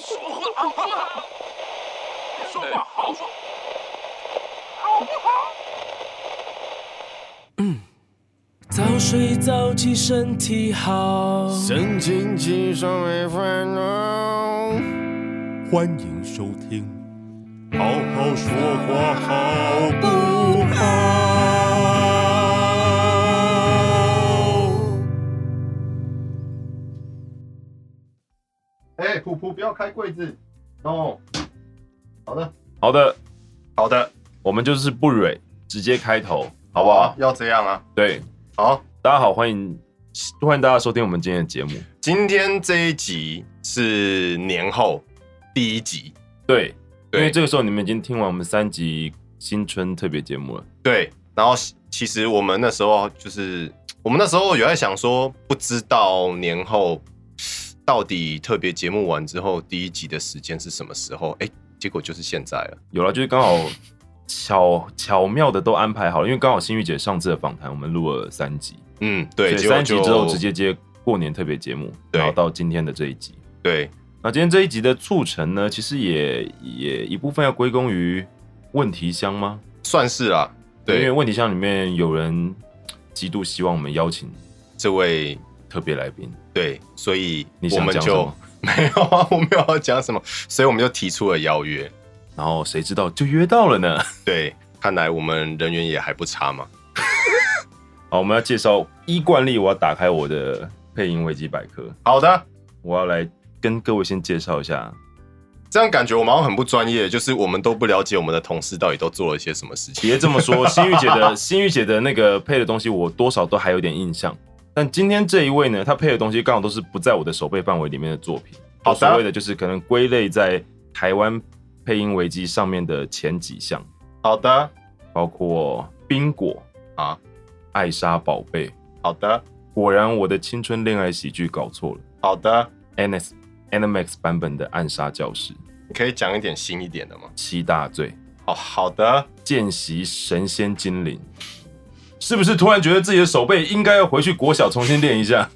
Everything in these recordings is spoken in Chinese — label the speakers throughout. Speaker 1: 好不好？说话好说，好不好？
Speaker 2: 早睡早起身体好。
Speaker 3: 神清气爽没烦恼。欢迎收听，好好说话好不好？
Speaker 4: 哎、普普不要开柜子哦。好的，
Speaker 5: 好的，
Speaker 4: 好的，
Speaker 5: 我们就是不蕊，直接开头，好
Speaker 4: 好
Speaker 5: 不
Speaker 4: 不好
Speaker 5: 好？？
Speaker 4: 要这样啊。
Speaker 5: 对，
Speaker 4: 好，
Speaker 5: 大家好，欢迎欢迎大家收听我们今天的节目。
Speaker 4: 今天这一集是年后第一集，
Speaker 5: 对，因
Speaker 4: 对
Speaker 5: 为这个时候你们已经听完我们三集新春特别节目了。
Speaker 4: 对。然后其实我们那时候就是，我们那时候有在想说，不知道年后到底特别节目完之后第一集的时间是什么时候？哎、结果就是现在了。
Speaker 5: 有了，就是刚好巧巧妙的都安排好了，因为刚好新玉姐上次的访谈我们录了三集，
Speaker 4: 嗯，对，
Speaker 5: 所
Speaker 4: 结
Speaker 5: 以
Speaker 4: 果
Speaker 5: 三集
Speaker 4: 就
Speaker 5: 之后直接接过年特别节目，
Speaker 4: 对
Speaker 5: 然后到今天的这一集。
Speaker 4: 对，
Speaker 5: 那今天这一集的促成呢，其实也也一部分要归功于问题箱吗？
Speaker 4: 算是啦、
Speaker 5: 因为
Speaker 4: 对，
Speaker 5: 问题箱里面有人极度希望我们邀请
Speaker 4: 这位
Speaker 5: 特别来宾，
Speaker 4: 对，所以
Speaker 5: 你
Speaker 4: 我
Speaker 5: 想
Speaker 4: 们
Speaker 5: 讲什
Speaker 4: 就
Speaker 5: 么？
Speaker 4: 没有啊，我没有要讲什么，所以我们就提出了邀约。
Speaker 5: 然后谁知道就约到了呢？
Speaker 4: 对，看来我们人缘也还不差嘛。
Speaker 5: 好，我们要介绍依惯例，我要打开我的配音维基百科，
Speaker 4: 好的，
Speaker 5: 我要来跟各位先介绍一下
Speaker 4: 这样感觉我们好像很不专业，就是我们都不了解我们的同事到底都做了一些什么事情。
Speaker 5: 别这么说， 心玉 姐的心玉姐的那个配的东西，我多少都还有点印象。但今天这一位呢，她配的东西刚好都是不在我的手背范围里面的作品。
Speaker 4: 好的
Speaker 5: 所谓的就是可能归类在台湾配音维基上面的前几项，
Speaker 4: 好的，
Speaker 5: 包括冰果
Speaker 4: 啊，
Speaker 5: 艾莎宝贝。
Speaker 4: 好的，
Speaker 5: 果然，我的青春恋爱喜剧搞错了。
Speaker 4: 好的，
Speaker 5: NS NMX 版本的暗杀教室、
Speaker 4: 你可以讲一点新一点的吗？
Speaker 5: 七大罪、
Speaker 4: 哦，好的，
Speaker 5: 见习神仙精灵，是不是突然觉得自己的手背应该要回去国小重新练 一下？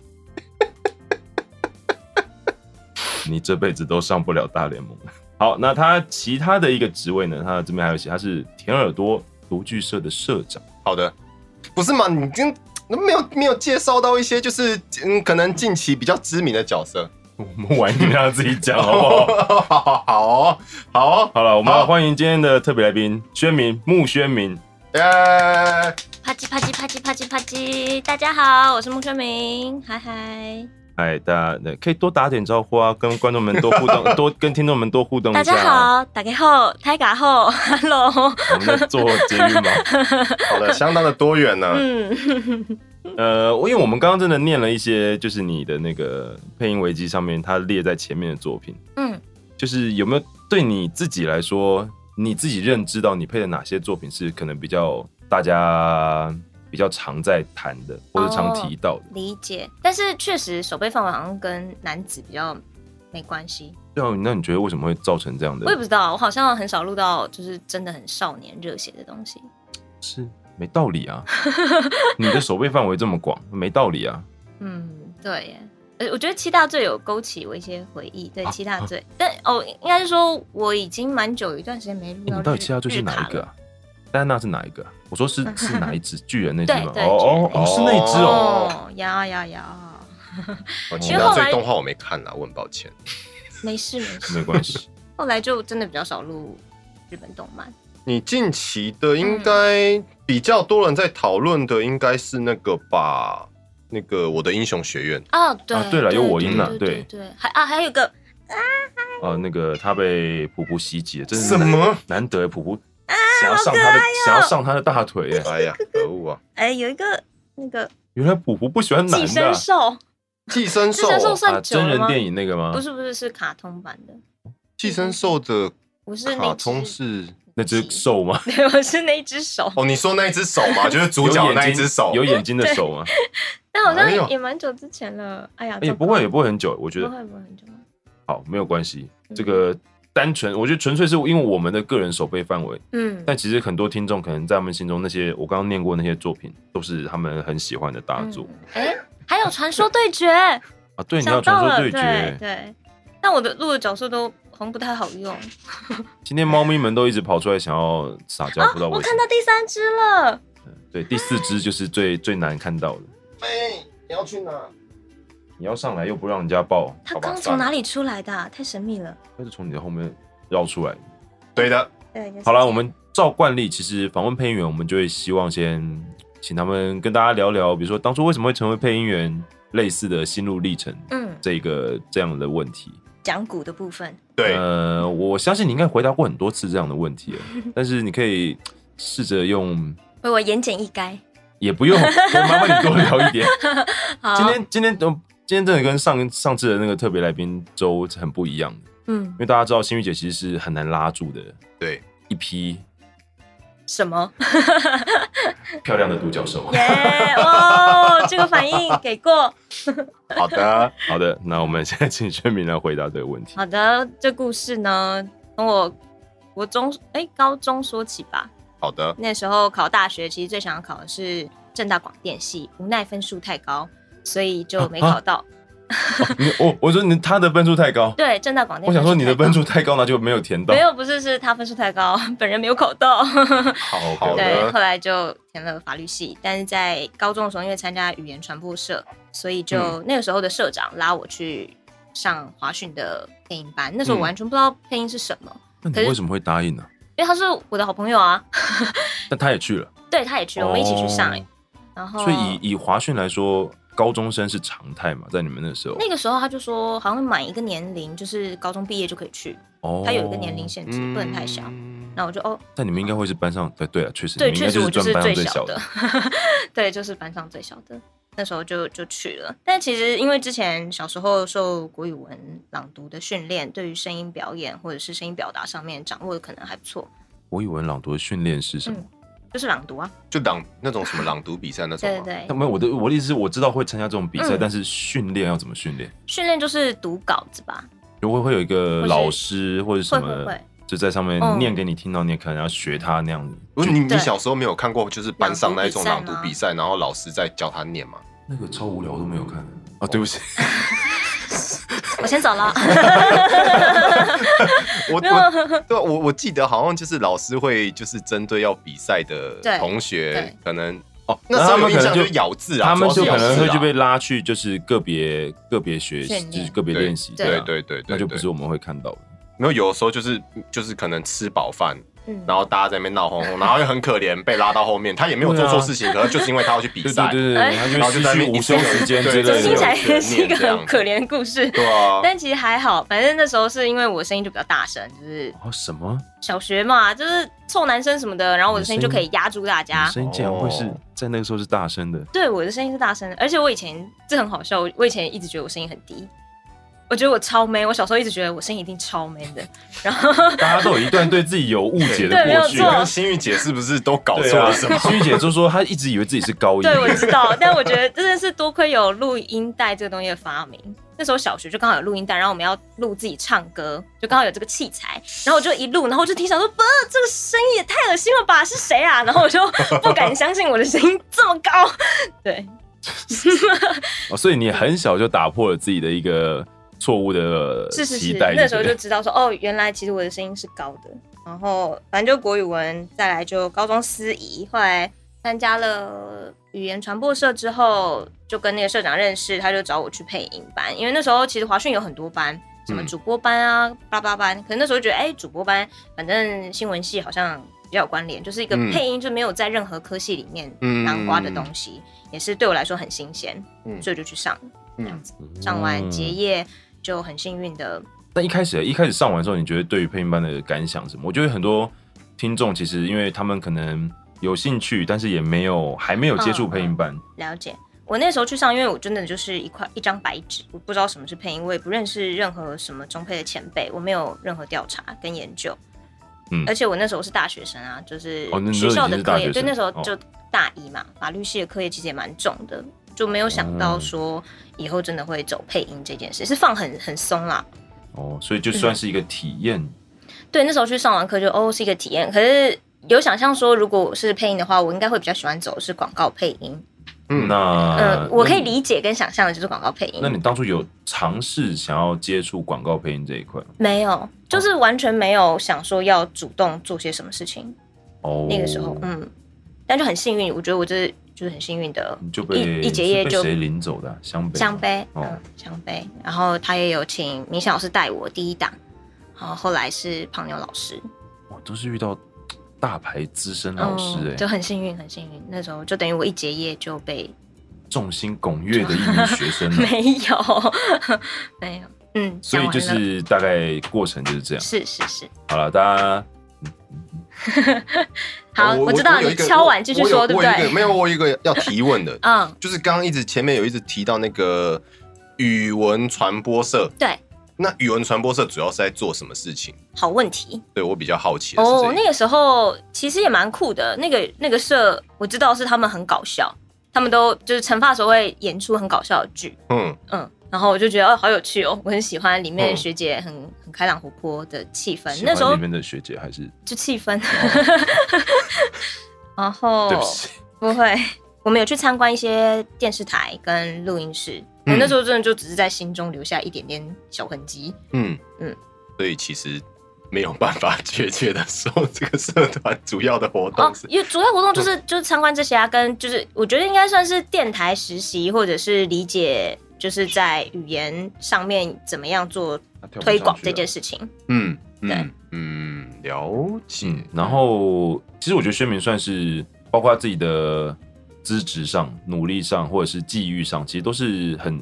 Speaker 5: 你这辈子都上不了大联盟。好，那他其他的一个职位呢？他这边还有写，他是甜耳朵独剧社的社长。
Speaker 4: 好的，不是嘛？你跟没有没有介绍到一些就是嗯，可能近期比较知名的角色。
Speaker 5: 我们晚一点让他自己讲，好不
Speaker 4: 好
Speaker 5: 好？
Speaker 4: 好好好哦，好哦，
Speaker 5: 好了，我们要
Speaker 4: 好
Speaker 5: 欢迎今天的特别来宾宣明穆宣明。
Speaker 4: 耶、
Speaker 6: 啪叽啪叽啪叽啪叽啪叽，大家好，我是穆春明，嗨嗨，
Speaker 5: 哎，大家可以多打点招呼啊，跟观众们多互 动，多跟听众们多互动一下。啊
Speaker 6: 大家，好，打开后，泰嘎后，hello，
Speaker 5: 我们在做节目 吗？
Speaker 4: 好了，相当的多元呢。
Speaker 6: 嗯，
Speaker 5: 呃，我因为我们刚刚真的念了一些，就是你的那个配音维基上面，它列在前面的作品，
Speaker 6: 嗯，
Speaker 5: 就是有没有对你自己来说，你自己认知到你配的哪些作品是可能比较大家比较常在谈的，或者
Speaker 6: 哦
Speaker 5: 常提到的？
Speaker 6: 理解，但是确实手背范围好像跟男子比较没关系，
Speaker 5: 对啊，那你觉得为什么会造成这样的？
Speaker 6: 我也不知道，我好像很少录到就是真的很少年热血的东西，
Speaker 5: 是没道理 啊！你的手背范围这么广，没道理啊！
Speaker 6: 嗯，对耶。呃，我觉得七大罪有勾起我一些回忆，对七大罪，但哦，应该是说我已经蛮久一段时间没录
Speaker 5: 欸、
Speaker 6: 到
Speaker 5: 你
Speaker 6: 日。
Speaker 5: 到底七大罪是哪一个、
Speaker 6: 日卡了？
Speaker 5: 啊？戴安娜是哪一个、啊？我说是是哪一只巨人那只
Speaker 6: 对
Speaker 5: 吗？
Speaker 6: 对
Speaker 5: 哦哦哦，是那一只哦。
Speaker 6: 哦，呀呀呀！
Speaker 4: 我其
Speaker 5: 因为
Speaker 4: 他
Speaker 6: 后
Speaker 4: 这
Speaker 6: 来
Speaker 4: 动画我没看啦，我很抱歉。
Speaker 6: 没事没事，
Speaker 5: 没关 系，
Speaker 6: 后来就真的比较少录日本动漫。
Speaker 4: 你近期的应该比较多人在讨论的，应该是那个吧？那个《我的英雄学院》
Speaker 6: 哦，对
Speaker 5: 啊对了有我音了
Speaker 6: 对
Speaker 5: 对
Speaker 6: 对对，还啊还有一个
Speaker 5: 啊，那个他被普普袭击了，真是
Speaker 4: 什
Speaker 5: 难
Speaker 4: 么？
Speaker 5: 难得普普想要上他的、
Speaker 4: 哦
Speaker 5: 想要上他的大腿耶！
Speaker 4: 哎呀，可恶啊！
Speaker 6: 哎有一个那个
Speaker 5: 原来普普不喜欢男
Speaker 6: 寄生
Speaker 5: 的啊、
Speaker 6: 兽，
Speaker 4: 寄生
Speaker 6: 寄
Speaker 4: 兽
Speaker 6: 生兽
Speaker 4: 哦，
Speaker 5: 啊，
Speaker 6: 算久
Speaker 5: 真
Speaker 6: 了
Speaker 5: 人
Speaker 6: 吗？
Speaker 5: 电影那个吗
Speaker 6: 不？是不是是卡通版的，
Speaker 4: 寄生兽的
Speaker 6: 我是那
Speaker 4: 卡
Speaker 6: 只
Speaker 4: 通，是
Speaker 5: 那只兽吗？
Speaker 6: 对，我是那一只手，
Speaker 4: 哦，你说那一只手嘛，就是主角
Speaker 5: 有眼
Speaker 4: 那一
Speaker 5: 睛
Speaker 4: 只手，
Speaker 5: 有眼睛的手吗？
Speaker 6: 但好像
Speaker 4: 哎呦
Speaker 6: 也蛮久之前了。哎呀，
Speaker 5: 啊也、
Speaker 6: 糟糕
Speaker 5: 不会，也不会很久，我觉
Speaker 6: 不
Speaker 5: 得
Speaker 6: 会不会很久了。
Speaker 5: 好没有关系。
Speaker 6: 嗯
Speaker 5: 这个单纯，我觉得纯粹是因为我们的个人手背范围，
Speaker 6: 嗯，
Speaker 5: 但其实很多听众可能在他们心中那些我刚刚念过那些作品，都是他们很喜欢的大作、
Speaker 6: 嗯。哎，还有传说对决，
Speaker 5: 啊。对，你要
Speaker 6: 想
Speaker 5: 传
Speaker 6: 到
Speaker 5: 说
Speaker 6: 了，
Speaker 5: 对决，
Speaker 6: 对对。但我的录的角色都好像不太好用。
Speaker 5: 今天猫咪们都一直跑出来想要撒娇，不知道
Speaker 6: 我
Speaker 5: 为什
Speaker 6: 看
Speaker 5: 么。
Speaker 6: 到第三只了，
Speaker 5: 对，第四只就是最最难看到的。
Speaker 4: 妹，你要去哪？
Speaker 5: 你要上来又不让人家抱，
Speaker 6: 它
Speaker 5: 好吧
Speaker 6: 刚从哪
Speaker 5: 里？
Speaker 6: 里出来的啊、太神秘了。
Speaker 5: 它是从你的后面绕出来的。
Speaker 4: 对的，
Speaker 6: 对，就是
Speaker 5: 好了，我们照惯例，其实访问配音员，我们就会希望先请他们跟大家聊聊，比如说当初为什么会成为配音员，类似的心路历程，
Speaker 6: 嗯
Speaker 5: 这个这样的问题。
Speaker 6: 讲古的部分。
Speaker 4: 对，
Speaker 5: 呃，我相信你应该回答过很多次这样的问题了，但是你可以试着用，
Speaker 6: 为我言简意赅。
Speaker 5: 也不用，我麻烦你多聊一点。
Speaker 6: 好，
Speaker 5: 今天今天呃今天真的跟上上次的那个特别来宾周是很不一样的，
Speaker 6: 嗯
Speaker 5: 因，为大家知道心玉姐其实是很难拉住的
Speaker 4: 对，
Speaker 5: 一批
Speaker 6: 什么？
Speaker 5: 漂亮的独角 兽。
Speaker 6: 耶、哇，哦这个反应给过。
Speaker 4: 好的，
Speaker 5: 好的，那我们现在请宣明来回答这个问题。
Speaker 6: 好的，这故事呢，从我国中哎、高中说起吧。
Speaker 4: 好的，
Speaker 6: 那时候考大学，其实最想要考的是正大广电系，无奈分数太高，所以就没考
Speaker 5: 啊
Speaker 6: 到。
Speaker 5: 你我我说你他的分数太高，
Speaker 6: 对，正大广电。
Speaker 5: 我想说你的分
Speaker 6: 数
Speaker 5: 数太高，那就没有填
Speaker 6: 太高
Speaker 5: 到。
Speaker 6: 没有，不是是他分数太高， 本人没有考到。
Speaker 5: 好
Speaker 4: 好的
Speaker 6: 对，后来就填了法律系，但是在高中的时候，因为参加语言传播社，所以
Speaker 5: 嗯
Speaker 6: 就那个时候的社长拉我去上华讯的配音班。那时候
Speaker 5: 嗯
Speaker 6: 我完全不知道配音是什么，
Speaker 5: 那
Speaker 6: 可
Speaker 5: 你
Speaker 6: 是
Speaker 5: 为什么会答应呢、
Speaker 6: 因为他是我的好朋友啊，
Speaker 5: 但他也去了，
Speaker 6: 对，他也去，我们一嗯起去上、欸
Speaker 5: 哦
Speaker 6: 然后，
Speaker 5: 所以以以华讯来说，高中生是常态嘛，在你们那时候，
Speaker 6: 那个时候他就说，好像满一个年龄，就是高中毕业就可以去，
Speaker 5: 哦
Speaker 6: 他有一个年龄限制，
Speaker 4: 哦
Speaker 6: 不能太小。
Speaker 4: 嗯
Speaker 6: 那我就哦，
Speaker 5: 但你们应该会是班上，对对啊，确实，
Speaker 6: 对，
Speaker 5: 你们
Speaker 6: 确
Speaker 5: 应该
Speaker 6: 实我
Speaker 5: 是
Speaker 6: 就
Speaker 5: 专
Speaker 6: 是
Speaker 5: 班上
Speaker 6: 最
Speaker 5: 最
Speaker 6: 小
Speaker 5: 的
Speaker 6: 的，， 对，就是班上最小的。那时候就就去了，但其实因为之前小时候受国语文朗读的训练，对于声音表演或者是声音表达上面掌握的可能还不错，
Speaker 5: 国语文朗读的训练是
Speaker 6: 嗯
Speaker 5: 什么？
Speaker 6: 就是朗读啊，
Speaker 4: 就朗那种什么朗读比赛那种
Speaker 6: 对
Speaker 4: 吗，
Speaker 6: 对
Speaker 5: 那
Speaker 6: 对，
Speaker 5: 没有，我的我的意思是我知道会参加这种比赛，
Speaker 6: 嗯
Speaker 5: 但是训练要怎么训练？
Speaker 6: 训练就是读稿子吧，
Speaker 5: 如果会有一个
Speaker 6: 或是
Speaker 5: 老师或者什
Speaker 6: 会会
Speaker 5: 么
Speaker 6: 会，
Speaker 5: 就在上面
Speaker 6: 嗯
Speaker 5: 念给你听到，你也可能要学他那样子。
Speaker 4: 不是你你
Speaker 6: 对
Speaker 4: 小时候没有看过就是班上那一种朗
Speaker 6: 朗
Speaker 4: 读
Speaker 6: 读
Speaker 4: 比
Speaker 6: 比
Speaker 4: 赛，然后老师在教他念吗？
Speaker 5: 那个超无聊，我都没有看。啊，对不起，
Speaker 6: 我先走了，
Speaker 4: 我 我对啊我我记得好像就是老师会就是针对要比赛的
Speaker 6: 对
Speaker 4: 同学
Speaker 6: 对，
Speaker 4: 可能
Speaker 5: 哦，
Speaker 4: 那时
Speaker 5: 他
Speaker 4: 候有
Speaker 5: 们
Speaker 4: 印
Speaker 5: 可
Speaker 4: 象
Speaker 5: 能
Speaker 4: 就
Speaker 5: 就是
Speaker 4: 咬字啊，
Speaker 5: 他们就
Speaker 4: 主要
Speaker 5: 可
Speaker 4: 是
Speaker 5: 能
Speaker 4: 咬字
Speaker 5: 会
Speaker 4: 啊
Speaker 5: 就被拉去，就是个别个别学习，
Speaker 6: 训练
Speaker 5: 就是个别练习，
Speaker 6: 对
Speaker 5: 啊
Speaker 4: 对对对对，
Speaker 5: 那就不
Speaker 4: 对
Speaker 5: 是我们会看到的。
Speaker 4: 没有，有的时候就是就是可能吃饱饭，
Speaker 6: 嗯，
Speaker 4: 然后大家在那边闹哄哄，然后又很可怜被拉到后面，他也没有做错事 情，可能就是因为他要去比
Speaker 5: 对
Speaker 4: 赛
Speaker 5: 对，对对，
Speaker 6: 哎
Speaker 5: 他
Speaker 4: 然后就
Speaker 5: 就
Speaker 4: 在那
Speaker 5: 失去
Speaker 4: 边
Speaker 5: 午休时间
Speaker 4: 对对
Speaker 5: 之
Speaker 6: 这
Speaker 5: 类
Speaker 6: 听起来
Speaker 5: 的。
Speaker 6: 也是一个很可怜的故事，
Speaker 4: 对啊，
Speaker 6: 但其实还好，反正那时候是因为我声音就比较大声，就是
Speaker 5: 哦，什么？
Speaker 6: 小学嘛，就是臭男生什么的，然后我的声音就可以压住大
Speaker 5: 你
Speaker 6: 家。
Speaker 5: 声音竟然会是
Speaker 4: 哦
Speaker 5: 在那个时候是大声的？
Speaker 6: 对，我的声音是大声的，而且我以前这很好笑，我我以前一直觉得我声音很低，我觉得我超 man，我小时候一直觉得我声音一定超 man 的，然后
Speaker 5: 大家都有一段对自己有误解的
Speaker 6: 对没有
Speaker 5: 过去
Speaker 6: 错。
Speaker 4: 跟心玉姐是不是都搞
Speaker 5: 对
Speaker 4: 错
Speaker 5: 啊，
Speaker 4: 了什 么？
Speaker 5: 心雨姐就说她一直以为自己是高音，
Speaker 6: 对我知道，但我觉得真的是多亏有录音带这个东西的发明。那时候小学就刚好有录音带，然后我们要录自己唱歌，就刚好有这个器材，然后我就一录，然后我就挺想说，不，这个声音也太恶心了吧，是谁啊？然后我就 不敢相信我的声音这么高， 对，
Speaker 5: 哦，所以你很小就打破了自己的一个错误的
Speaker 6: 是是
Speaker 5: 期
Speaker 6: 是，
Speaker 5: 待。
Speaker 6: 那时候
Speaker 5: 对
Speaker 6: 就
Speaker 5: 不对
Speaker 6: 知道说，哦，原来其实我的声音是高的。然后反正就国语文，再来就高中司仪，后来参加了语言传播社之后，就跟那个社长认识，他就找我去配音班，因为那时候其实华讯有很多班。什么
Speaker 4: 嗯
Speaker 6: 主播班啊，叭叭班，可能那时候觉得，哎、主播班，反正新闻系好像比较有关联，就是一个
Speaker 4: 嗯
Speaker 6: 配音，就没有在任何科系里面
Speaker 4: 嗯
Speaker 6: 当瓜的东西，也是对我来说很新鲜，
Speaker 4: 嗯
Speaker 6: 所以我就去上，这样
Speaker 4: 嗯
Speaker 6: 子，上完结
Speaker 5: 嗯
Speaker 6: 业就很幸运的
Speaker 5: 那一开始一开始上完之后，你觉得对于配音班的感想是什么？我觉得很多听众其实因为他们可能有兴趣，但是也没有还没有接
Speaker 6: 嗯
Speaker 5: 触配音班，
Speaker 6: 了解。我那时候去上，因为我真的就是一块一张白纸，我不知道什么是配音，我也不认识任何什么中配的前辈，我没有任何调查跟研究。
Speaker 5: 嗯
Speaker 6: 而且我那时候是大学生啊，就是
Speaker 5: 哦那时候
Speaker 6: 学校的科
Speaker 5: 已
Speaker 6: 业，
Speaker 5: 经是大学生
Speaker 6: 对，那时候
Speaker 5: 哦
Speaker 6: 就大一嘛，法律系的科业其实也蛮重的，就没有想到
Speaker 5: 嗯
Speaker 6: 说以后真的会走配音这件事，是放很很松啦。
Speaker 5: 哦，所以就算是一个体验。
Speaker 6: 对，那时候去上完课就哦是一个体验，可是有想象说，如果我是配音的话，我应该会比较喜欢走的是广告配音，
Speaker 4: 嗯
Speaker 5: 啊那、
Speaker 6: 呃，我可以理解跟想象的就是广告配音
Speaker 5: 那。。那你当初有尝试想要接触广告配音这一块？
Speaker 6: 没
Speaker 5: 哦
Speaker 6: 有，就是完全没有想说要主动做些什么事情。
Speaker 5: 哦，
Speaker 6: 那个时候，嗯，但就很幸运，我觉得我这就是很幸运的
Speaker 5: 你就被
Speaker 6: 一一结业
Speaker 5: 是被
Speaker 6: 就
Speaker 5: 谁领走的啊、湘北吗。
Speaker 6: 香杯，
Speaker 5: 哦
Speaker 6: 嗯，香杯。然后他也有请明祥老师带我第一档，然后后来是胖妞老师，
Speaker 5: 哇，都是遇到大牌资深老师哎、
Speaker 6: 嗯就很幸运，很幸运。那时候就等于我一结业就被
Speaker 5: 众星拱月的一名学生啊、
Speaker 6: 没有，没有，嗯，
Speaker 5: 所以就
Speaker 6: 讲完了
Speaker 5: 是哦大概过程就是这样。
Speaker 6: 是是是，
Speaker 5: 好了，大家
Speaker 6: 好，我知道
Speaker 4: 有
Speaker 6: 你
Speaker 4: 一个
Speaker 6: 敲
Speaker 4: 我
Speaker 6: 碗继续
Speaker 4: 我有
Speaker 6: 说，对不
Speaker 4: 我有一个
Speaker 6: 对？，
Speaker 4: 没有，我有一个要提问的
Speaker 6: 嗯，
Speaker 4: 就是刚刚一直前面有一直提到那个语文传播社，
Speaker 6: 对，
Speaker 4: 那语文传播社主要是在做什么事情？
Speaker 6: 好问题。
Speaker 4: 对我比较好奇的是这
Speaker 6: 哦
Speaker 4: 个，
Speaker 6: 那个时候其实也蛮酷的。那个那个社，我知道是他们很搞笑，他们都就是惩罚时候会演出很搞笑的剧，
Speaker 4: 嗯
Speaker 6: 嗯，然后我就觉得哦，好有趣哦，我很喜欢里面
Speaker 4: 嗯
Speaker 6: 的学姐很、很开朗活泼的气氛，
Speaker 5: 喜
Speaker 6: 那
Speaker 5: 欢
Speaker 6: 时候
Speaker 5: 里面的学姐还是、
Speaker 6: 就气氛。 然后
Speaker 5: 对不起，
Speaker 6: 不会，我们有去参观一些电视台跟录音室，
Speaker 4: 嗯
Speaker 6: 我那时候真的就只是在心中留下一点点小痕迹。
Speaker 4: 嗯嗯
Speaker 6: 嗯，
Speaker 4: 所以其实没有办法确切的说这个社团主要的活
Speaker 6: 哦
Speaker 4: 动是，，
Speaker 6: 因为主要活动就是就是参观这些啊，跟就是我觉得应该算是电台实习，或者是理解就是在语言上面怎么样做
Speaker 5: 啊跳不上去了
Speaker 6: 推广这件事情。
Speaker 4: 嗯嗯
Speaker 6: 对
Speaker 4: 嗯，了解
Speaker 5: 嗯，，然后其实我觉得宣明算是包括他自己的资质上、努力上，或者是际遇上，其实都是很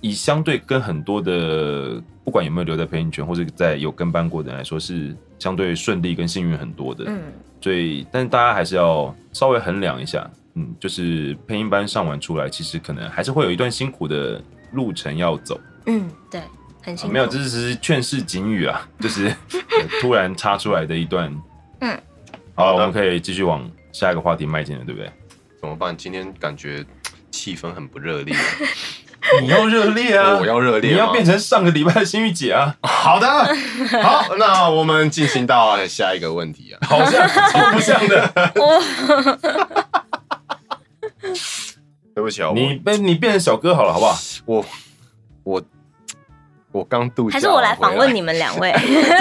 Speaker 5: 以相对跟很多的不管有没有留在配音圈，或者在有跟班过的人来说，是相对顺利跟幸运很多的。
Speaker 6: 嗯，
Speaker 5: 所以，但是大家还是要稍微衡量一下，嗯，就是配音班上完出来，其实可能还是会有一段辛苦的路程要走。
Speaker 6: 嗯，对，很辛
Speaker 5: 啊
Speaker 6: 苦。
Speaker 5: 没有，这只是劝世警语啊， 就是呃突然插出来的一段。
Speaker 6: 嗯，
Speaker 5: 好
Speaker 4: 好
Speaker 5: 了，
Speaker 4: 的
Speaker 5: 我们可以继续往下一个话题迈进了，对不对？
Speaker 4: 怎么办？今天感觉气氛很不热 烈，哦
Speaker 5: 你要热烈啊！
Speaker 4: 我要热烈吗，
Speaker 5: 你要变成上个礼拜的心玉姐啊！
Speaker 4: 好 的，好，那我们进行到下一个问题啊。
Speaker 5: 好像超不像 的，
Speaker 4: 对不起啊，
Speaker 5: 你被你变成小哥好了，好不 好？
Speaker 4: 我我我刚度假，
Speaker 6: 还是我来访问你们 两位。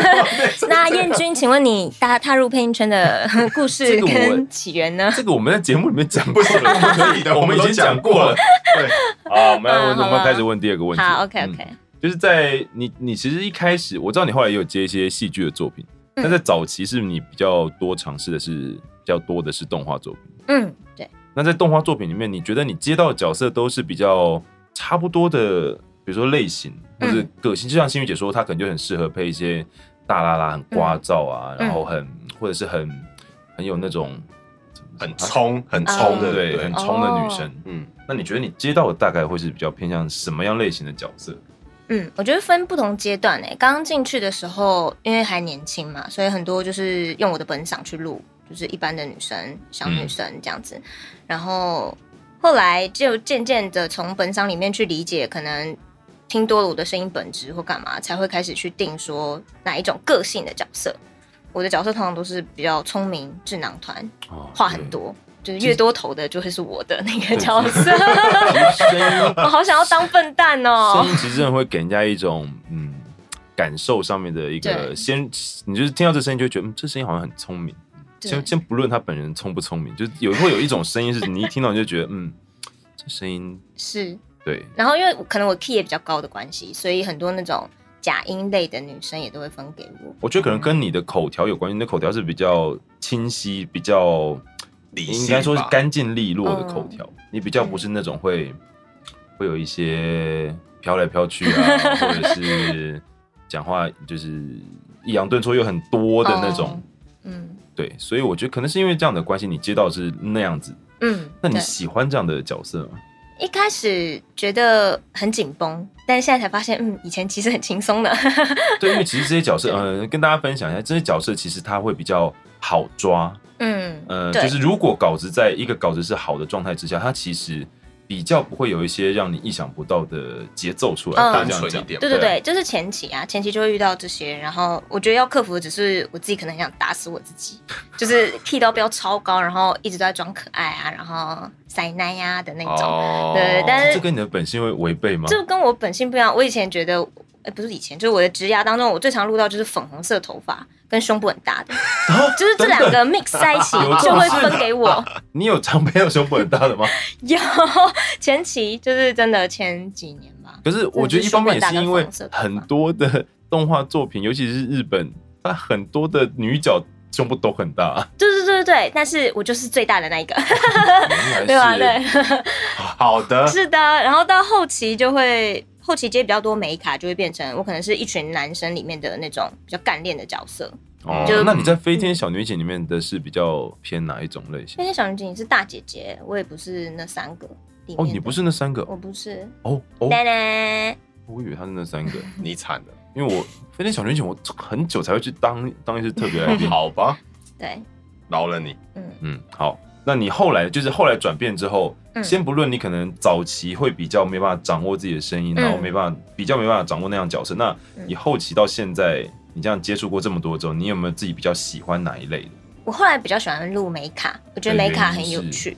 Speaker 6: 那燕君，请问你大踏入配音圈的 故
Speaker 5: 这
Speaker 6: 事
Speaker 5: 个我
Speaker 6: 跟起源呢？
Speaker 5: 这个我们在节目里面讲过了，不可以
Speaker 4: 的
Speaker 5: 我们
Speaker 4: 我们
Speaker 5: 已
Speaker 4: 都
Speaker 5: 经
Speaker 4: 讲
Speaker 5: 讲过了。
Speaker 4: 对，
Speaker 5: 好，我们要
Speaker 6: 嗯
Speaker 5: 问，
Speaker 6: 好吧
Speaker 5: 我们要开始问第二个问题。
Speaker 6: 好，OK
Speaker 5: 嗯
Speaker 6: OK，
Speaker 5: 就是在你你其实一开始，我知道你后来也有接一些戏剧的作品，
Speaker 6: 嗯
Speaker 5: 但在早期是你比较多尝试的是比较多的是动画作品。
Speaker 6: 嗯，对，
Speaker 5: 那在动画作品里面，你觉得你接到的角色都是比较差不多的，比如说类型或
Speaker 6: 嗯
Speaker 5: 者个性，就像心宇姐说，她可能就很适合配一些大啦啦、很聒噪啊，
Speaker 6: 嗯
Speaker 5: 然后很或者是很很有那种
Speaker 4: 很冲，很冲
Speaker 6: 冲
Speaker 4: 的，
Speaker 6: 的
Speaker 5: 对，很冲的女生。
Speaker 6: 哦
Speaker 4: 嗯，
Speaker 5: 那你觉得你接到的大概会是比较偏向什么样类型的角色？
Speaker 6: 嗯，我觉得分不同阶段诶、刚进去的时候，因为还年轻嘛，所以很多就是用我的本赏去录，就是一般的女生、小女生这样子。然后后来就渐渐的从本赏里面去理解，可能听多了我的声音本质或干嘛，才会开始去定说哪一种个性的角色。我的角色通常都是比较聪明、智囊团，
Speaker 5: 哦
Speaker 6: 话很。多，就是越多头的就会是我的那个
Speaker 5: 对
Speaker 6: 角色。
Speaker 5: 对声音
Speaker 6: 我好想要当笨蛋哦
Speaker 5: 声！音其实真的会给人家一种嗯感受上面的一个
Speaker 6: 对
Speaker 5: 先，你就是听到这声音就会觉得，嗯，这声音好像很聪明。
Speaker 6: 对
Speaker 5: 先先不论他本人聪不聪明，就是有会有一种声音是你一听到你就觉得，嗯，这声音
Speaker 6: 是，
Speaker 5: 对
Speaker 6: 然后因为可能我 key 也比较高的关系，所以很多那种假音类的女生也都会分给我。
Speaker 5: 我觉得可能跟你的口条有关系，你的口条是比较清晰，比较
Speaker 4: 理性吧
Speaker 5: 应该说是干净利落的口条，你比较不是那种会会有一些飘来飘去啊，或者是讲话就是抑扬顿挫又很多的那种。
Speaker 6: 哦嗯
Speaker 5: 对，所以我觉得可能是因为这样的关系，你接到的是那样子。
Speaker 6: 嗯，
Speaker 5: 那你
Speaker 6: 对
Speaker 5: 喜欢这样的角色吗？
Speaker 6: 一开始觉得很紧绷，但是现在才发现，嗯，以前其实很轻松的。
Speaker 5: 对，因为其实这些角色，嗯、跟大家分享一下，这些角色其实他会比较好抓。
Speaker 6: 嗯，
Speaker 5: 呃，
Speaker 6: 对，
Speaker 5: 就是如果稿子在一个稿子是好的状态之下，它其实比较不会有一些让你意想不到的节奏出
Speaker 6: 嗯
Speaker 5: 来，大家
Speaker 4: 单
Speaker 5: 这样
Speaker 4: 纯一
Speaker 5: 讲。
Speaker 4: 点，
Speaker 6: 对对对，就是前期啊，前期就会遇到这些，然后我觉得要克服的只是我自己可能很想打死我自己，就是 key 到标超高，然后一直都在装可爱啊，然后塞奶呀、的那种。
Speaker 4: 哦
Speaker 6: 对但是
Speaker 5: 这跟你的本性会违背吗？
Speaker 6: 这跟我本性不一样，我以前觉得，哎，不是以前，就是我的职涯当中，我最常录到就是粉红色头发跟胸部很大的，
Speaker 5: 哦
Speaker 6: 就是这两个 mix 在 一起
Speaker 5: 有这
Speaker 6: 就
Speaker 5: 种
Speaker 6: 会
Speaker 5: 事
Speaker 6: 分给我。
Speaker 5: 你有长辈有胸部很大的吗？
Speaker 6: 有前期就是真的前几年吧，
Speaker 5: 可是我觉得一方面也是因为
Speaker 6: 这就是
Speaker 5: 很多的动画作品， 尤其是日本，它很多的女角胸部都很大。
Speaker 6: 对对对对对，但是我就是最大的那一个，
Speaker 5: 原
Speaker 6: 对吧？
Speaker 5: 来
Speaker 6: 对
Speaker 5: 是。。
Speaker 4: 好的，
Speaker 6: 是的，然后到后期就会后期接比较多美卡，就会变成我可能是一群男生里面的那种比较干练的角色。
Speaker 5: 哦
Speaker 6: 就，
Speaker 5: 那你在《飞天小女警》里面的是比较偏哪一种类型
Speaker 6: 那？些小女警是大姐姐，我也不是那三个里面的
Speaker 5: 哦，你不是？那三个
Speaker 6: 我不是。
Speaker 5: 哦哦，
Speaker 6: 当然，
Speaker 5: 我以为他是那三个，
Speaker 4: 你惨了，
Speaker 5: 因为我《飞天小女警》我很久才会去当当一次特别来 宾。
Speaker 4: 好吧，
Speaker 6: 对，
Speaker 4: 饶了你。
Speaker 6: 嗯，
Speaker 5: 嗯，好，那你后来就是后来转变之后，
Speaker 6: 嗯
Speaker 5: 先不论你可能早期会比较没办法掌握自己的声音，
Speaker 6: 嗯
Speaker 5: 然后没办法比较没办法掌握那样角色，那
Speaker 6: 嗯
Speaker 5: 你后期到现在，你这样接触过这么多之后，你有没有自己比较喜欢哪一类的？
Speaker 6: 我后来比较喜欢录美卡，我觉得美卡很有趣，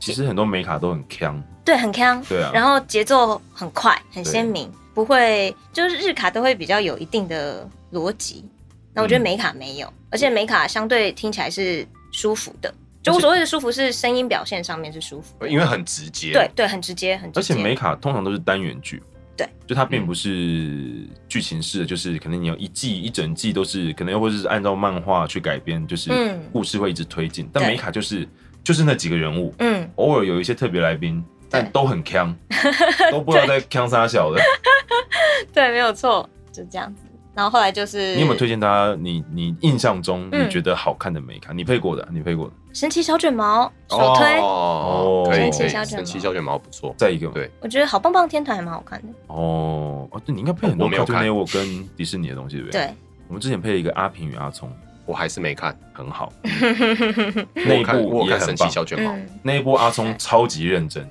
Speaker 5: 其实很多美卡都很强，
Speaker 6: 对，很康，
Speaker 5: 对啊
Speaker 6: 然后节奏很快，很鲜明，不会就是日卡都会比较有一定的逻辑。那我觉得
Speaker 5: 嗯
Speaker 6: 美卡没有，而且美卡相对听起来是舒服的。就我所谓的舒服是声音表现上面是舒服的，
Speaker 4: 因为很直接。
Speaker 6: 对，对，很直接，很直
Speaker 5: 而
Speaker 6: 接。
Speaker 5: 且美卡通常都是单元剧，
Speaker 6: 对，
Speaker 5: 就它并不是剧情式的，就是可能你有一季一整季都是，可能又或者是按照漫画去改编，就是
Speaker 6: 嗯
Speaker 5: 故事会一直推进，但
Speaker 6: 对
Speaker 5: 美卡就是就是那几个人物，
Speaker 6: 嗯，
Speaker 5: 偶尔有一些特别来宾，但
Speaker 6: 对
Speaker 5: 都 很强，都不知道在强啥小的。
Speaker 6: 对，没有错，就这样子。然后后来就是
Speaker 5: 你有没有推荐大家？你你印象中
Speaker 6: 嗯
Speaker 5: 你觉得好看的美卡？你配过的，你配过的，
Speaker 6: 神奇小卷毛首推，
Speaker 4: 哦，可以，
Speaker 5: 神
Speaker 4: 可以
Speaker 5: 奇
Speaker 6: 小卷
Speaker 4: 神
Speaker 6: 毛
Speaker 4: 奇小卷毛不错。
Speaker 5: 再一个嘛
Speaker 4: 对
Speaker 6: 我觉得好棒棒天团还蛮好看的。
Speaker 5: 哦哦，对，你应该配很
Speaker 4: 我
Speaker 5: 多
Speaker 4: 没有
Speaker 5: Cartoon
Speaker 4: 看
Speaker 5: Network 跟迪士尼的东西，对不对？。
Speaker 6: 对，
Speaker 5: 我们之前配了一个阿平与阿聪，
Speaker 4: 我还是没看，
Speaker 5: 很好，
Speaker 4: 我
Speaker 5: 那一
Speaker 4: 有看我
Speaker 5: 部
Speaker 4: 有
Speaker 5: 也
Speaker 4: 看
Speaker 5: 很
Speaker 4: 神奇
Speaker 5: 棒。
Speaker 4: 小卷毛，
Speaker 6: 嗯
Speaker 5: 那一部阿聪超级认真，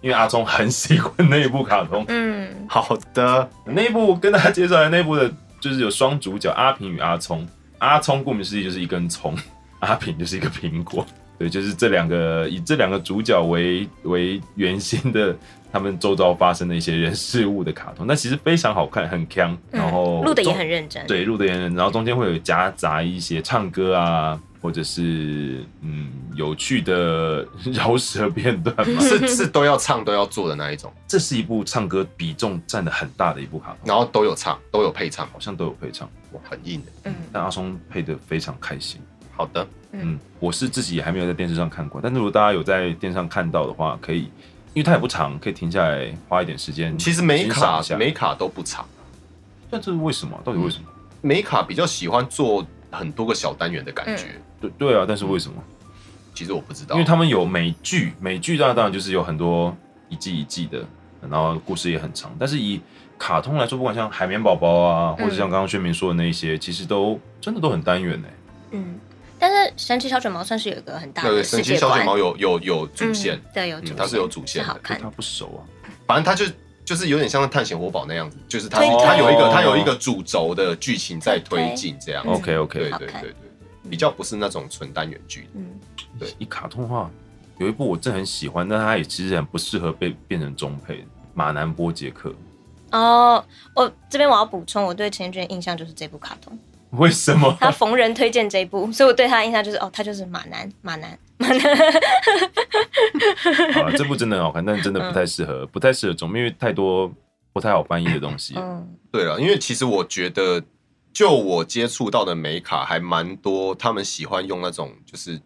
Speaker 5: 因为阿聪很喜欢那一部卡通。
Speaker 6: 嗯
Speaker 4: 好的，
Speaker 5: 那一部跟大家介绍的那一部的，就是有双主角阿平与阿聪。阿聪顾名思义就是一根葱， 阿平就是一个苹果。对，就是这两个以这两个主角为为原先的，他们周遭发生的一些人事物的卡通，那其实非常好看，很强，
Speaker 6: 嗯
Speaker 5: 然后
Speaker 6: 录的也
Speaker 5: 中
Speaker 6: 很认真。
Speaker 5: 对，录的也很认真，然后中间会有夹杂一些唱歌啊，或者是嗯有趣的饶舌片段嘛。
Speaker 4: 是是都要唱都要做的那一种，
Speaker 5: 这是一部唱歌比重占的很大的一部卡通，
Speaker 4: 然后都有唱都有配唱，
Speaker 5: 好像都有配唱。
Speaker 4: 哇，很硬的。
Speaker 6: 嗯
Speaker 5: 但阿松配的非常开心。
Speaker 4: 好的，
Speaker 5: 嗯，我是自己还没有在电视上看过，但是如果大家有在电视上看到的话，可以，因为它也不长，可以停下来花一点时间
Speaker 4: 其
Speaker 5: 欣
Speaker 4: 实
Speaker 5: 赏一
Speaker 4: 美
Speaker 5: 下。
Speaker 4: 卡美卡都不唱，
Speaker 5: 但这是为什么？到底为什么？
Speaker 4: 美卡比较喜欢做很多个小单元的感觉，
Speaker 5: 对对啊，但是为什么？
Speaker 4: 其实我不知道，
Speaker 5: 因为他们有美剧，美剧当然当然就是有很多一季一季的，然后故事也很长，但是以卡通来说，不管像海绵宝宝啊，或者像刚刚薛明说的那一些，其实都真的都很单元呢、欸
Speaker 6: 嗯，但是神奇小卷毛算是有一个很大
Speaker 4: 那个
Speaker 6: 的
Speaker 4: 神
Speaker 6: 世
Speaker 4: 奇
Speaker 6: 界
Speaker 4: 小
Speaker 6: 观，
Speaker 4: 卷毛有有有主线
Speaker 6: 嗯，对，有主
Speaker 4: 嗯，
Speaker 6: 线，
Speaker 4: 它是有主线
Speaker 6: 是好
Speaker 4: 的，
Speaker 5: 可
Speaker 6: 看
Speaker 5: 是
Speaker 6: 的
Speaker 5: 他。不熟啊。
Speaker 4: 反正它就就是有点像探险活宝那样子，就是它
Speaker 6: 推推
Speaker 4: 它有一个它有一个主轴的剧情在推进这样子。
Speaker 5: OK
Speaker 4: 对
Speaker 5: OK，
Speaker 4: 对
Speaker 6: 好
Speaker 4: 对
Speaker 6: 看
Speaker 4: 对对，比较不是那种纯单元剧。
Speaker 6: 嗯，
Speaker 4: 对
Speaker 5: 以卡通的话，有一部我真的很喜欢，但它也其实很不适合被变成中配的《马南波杰克》。
Speaker 6: 哦，我这边我要补充，我对陈奕迅的印象就是这部卡通，
Speaker 5: 为 什么？
Speaker 6: 他逢人推荐这一部，所以我对他的印象就是哦，他就是马男，马男，
Speaker 5: 好了，这部真的很好看，但真的不太
Speaker 6: 嗯
Speaker 5: 适合，不太适合中配，因为太多不太好翻译的东西。
Speaker 6: 嗯
Speaker 4: 对了，因为其实我觉得，就我接触到的美卡还蛮多，他们喜欢用那种就是，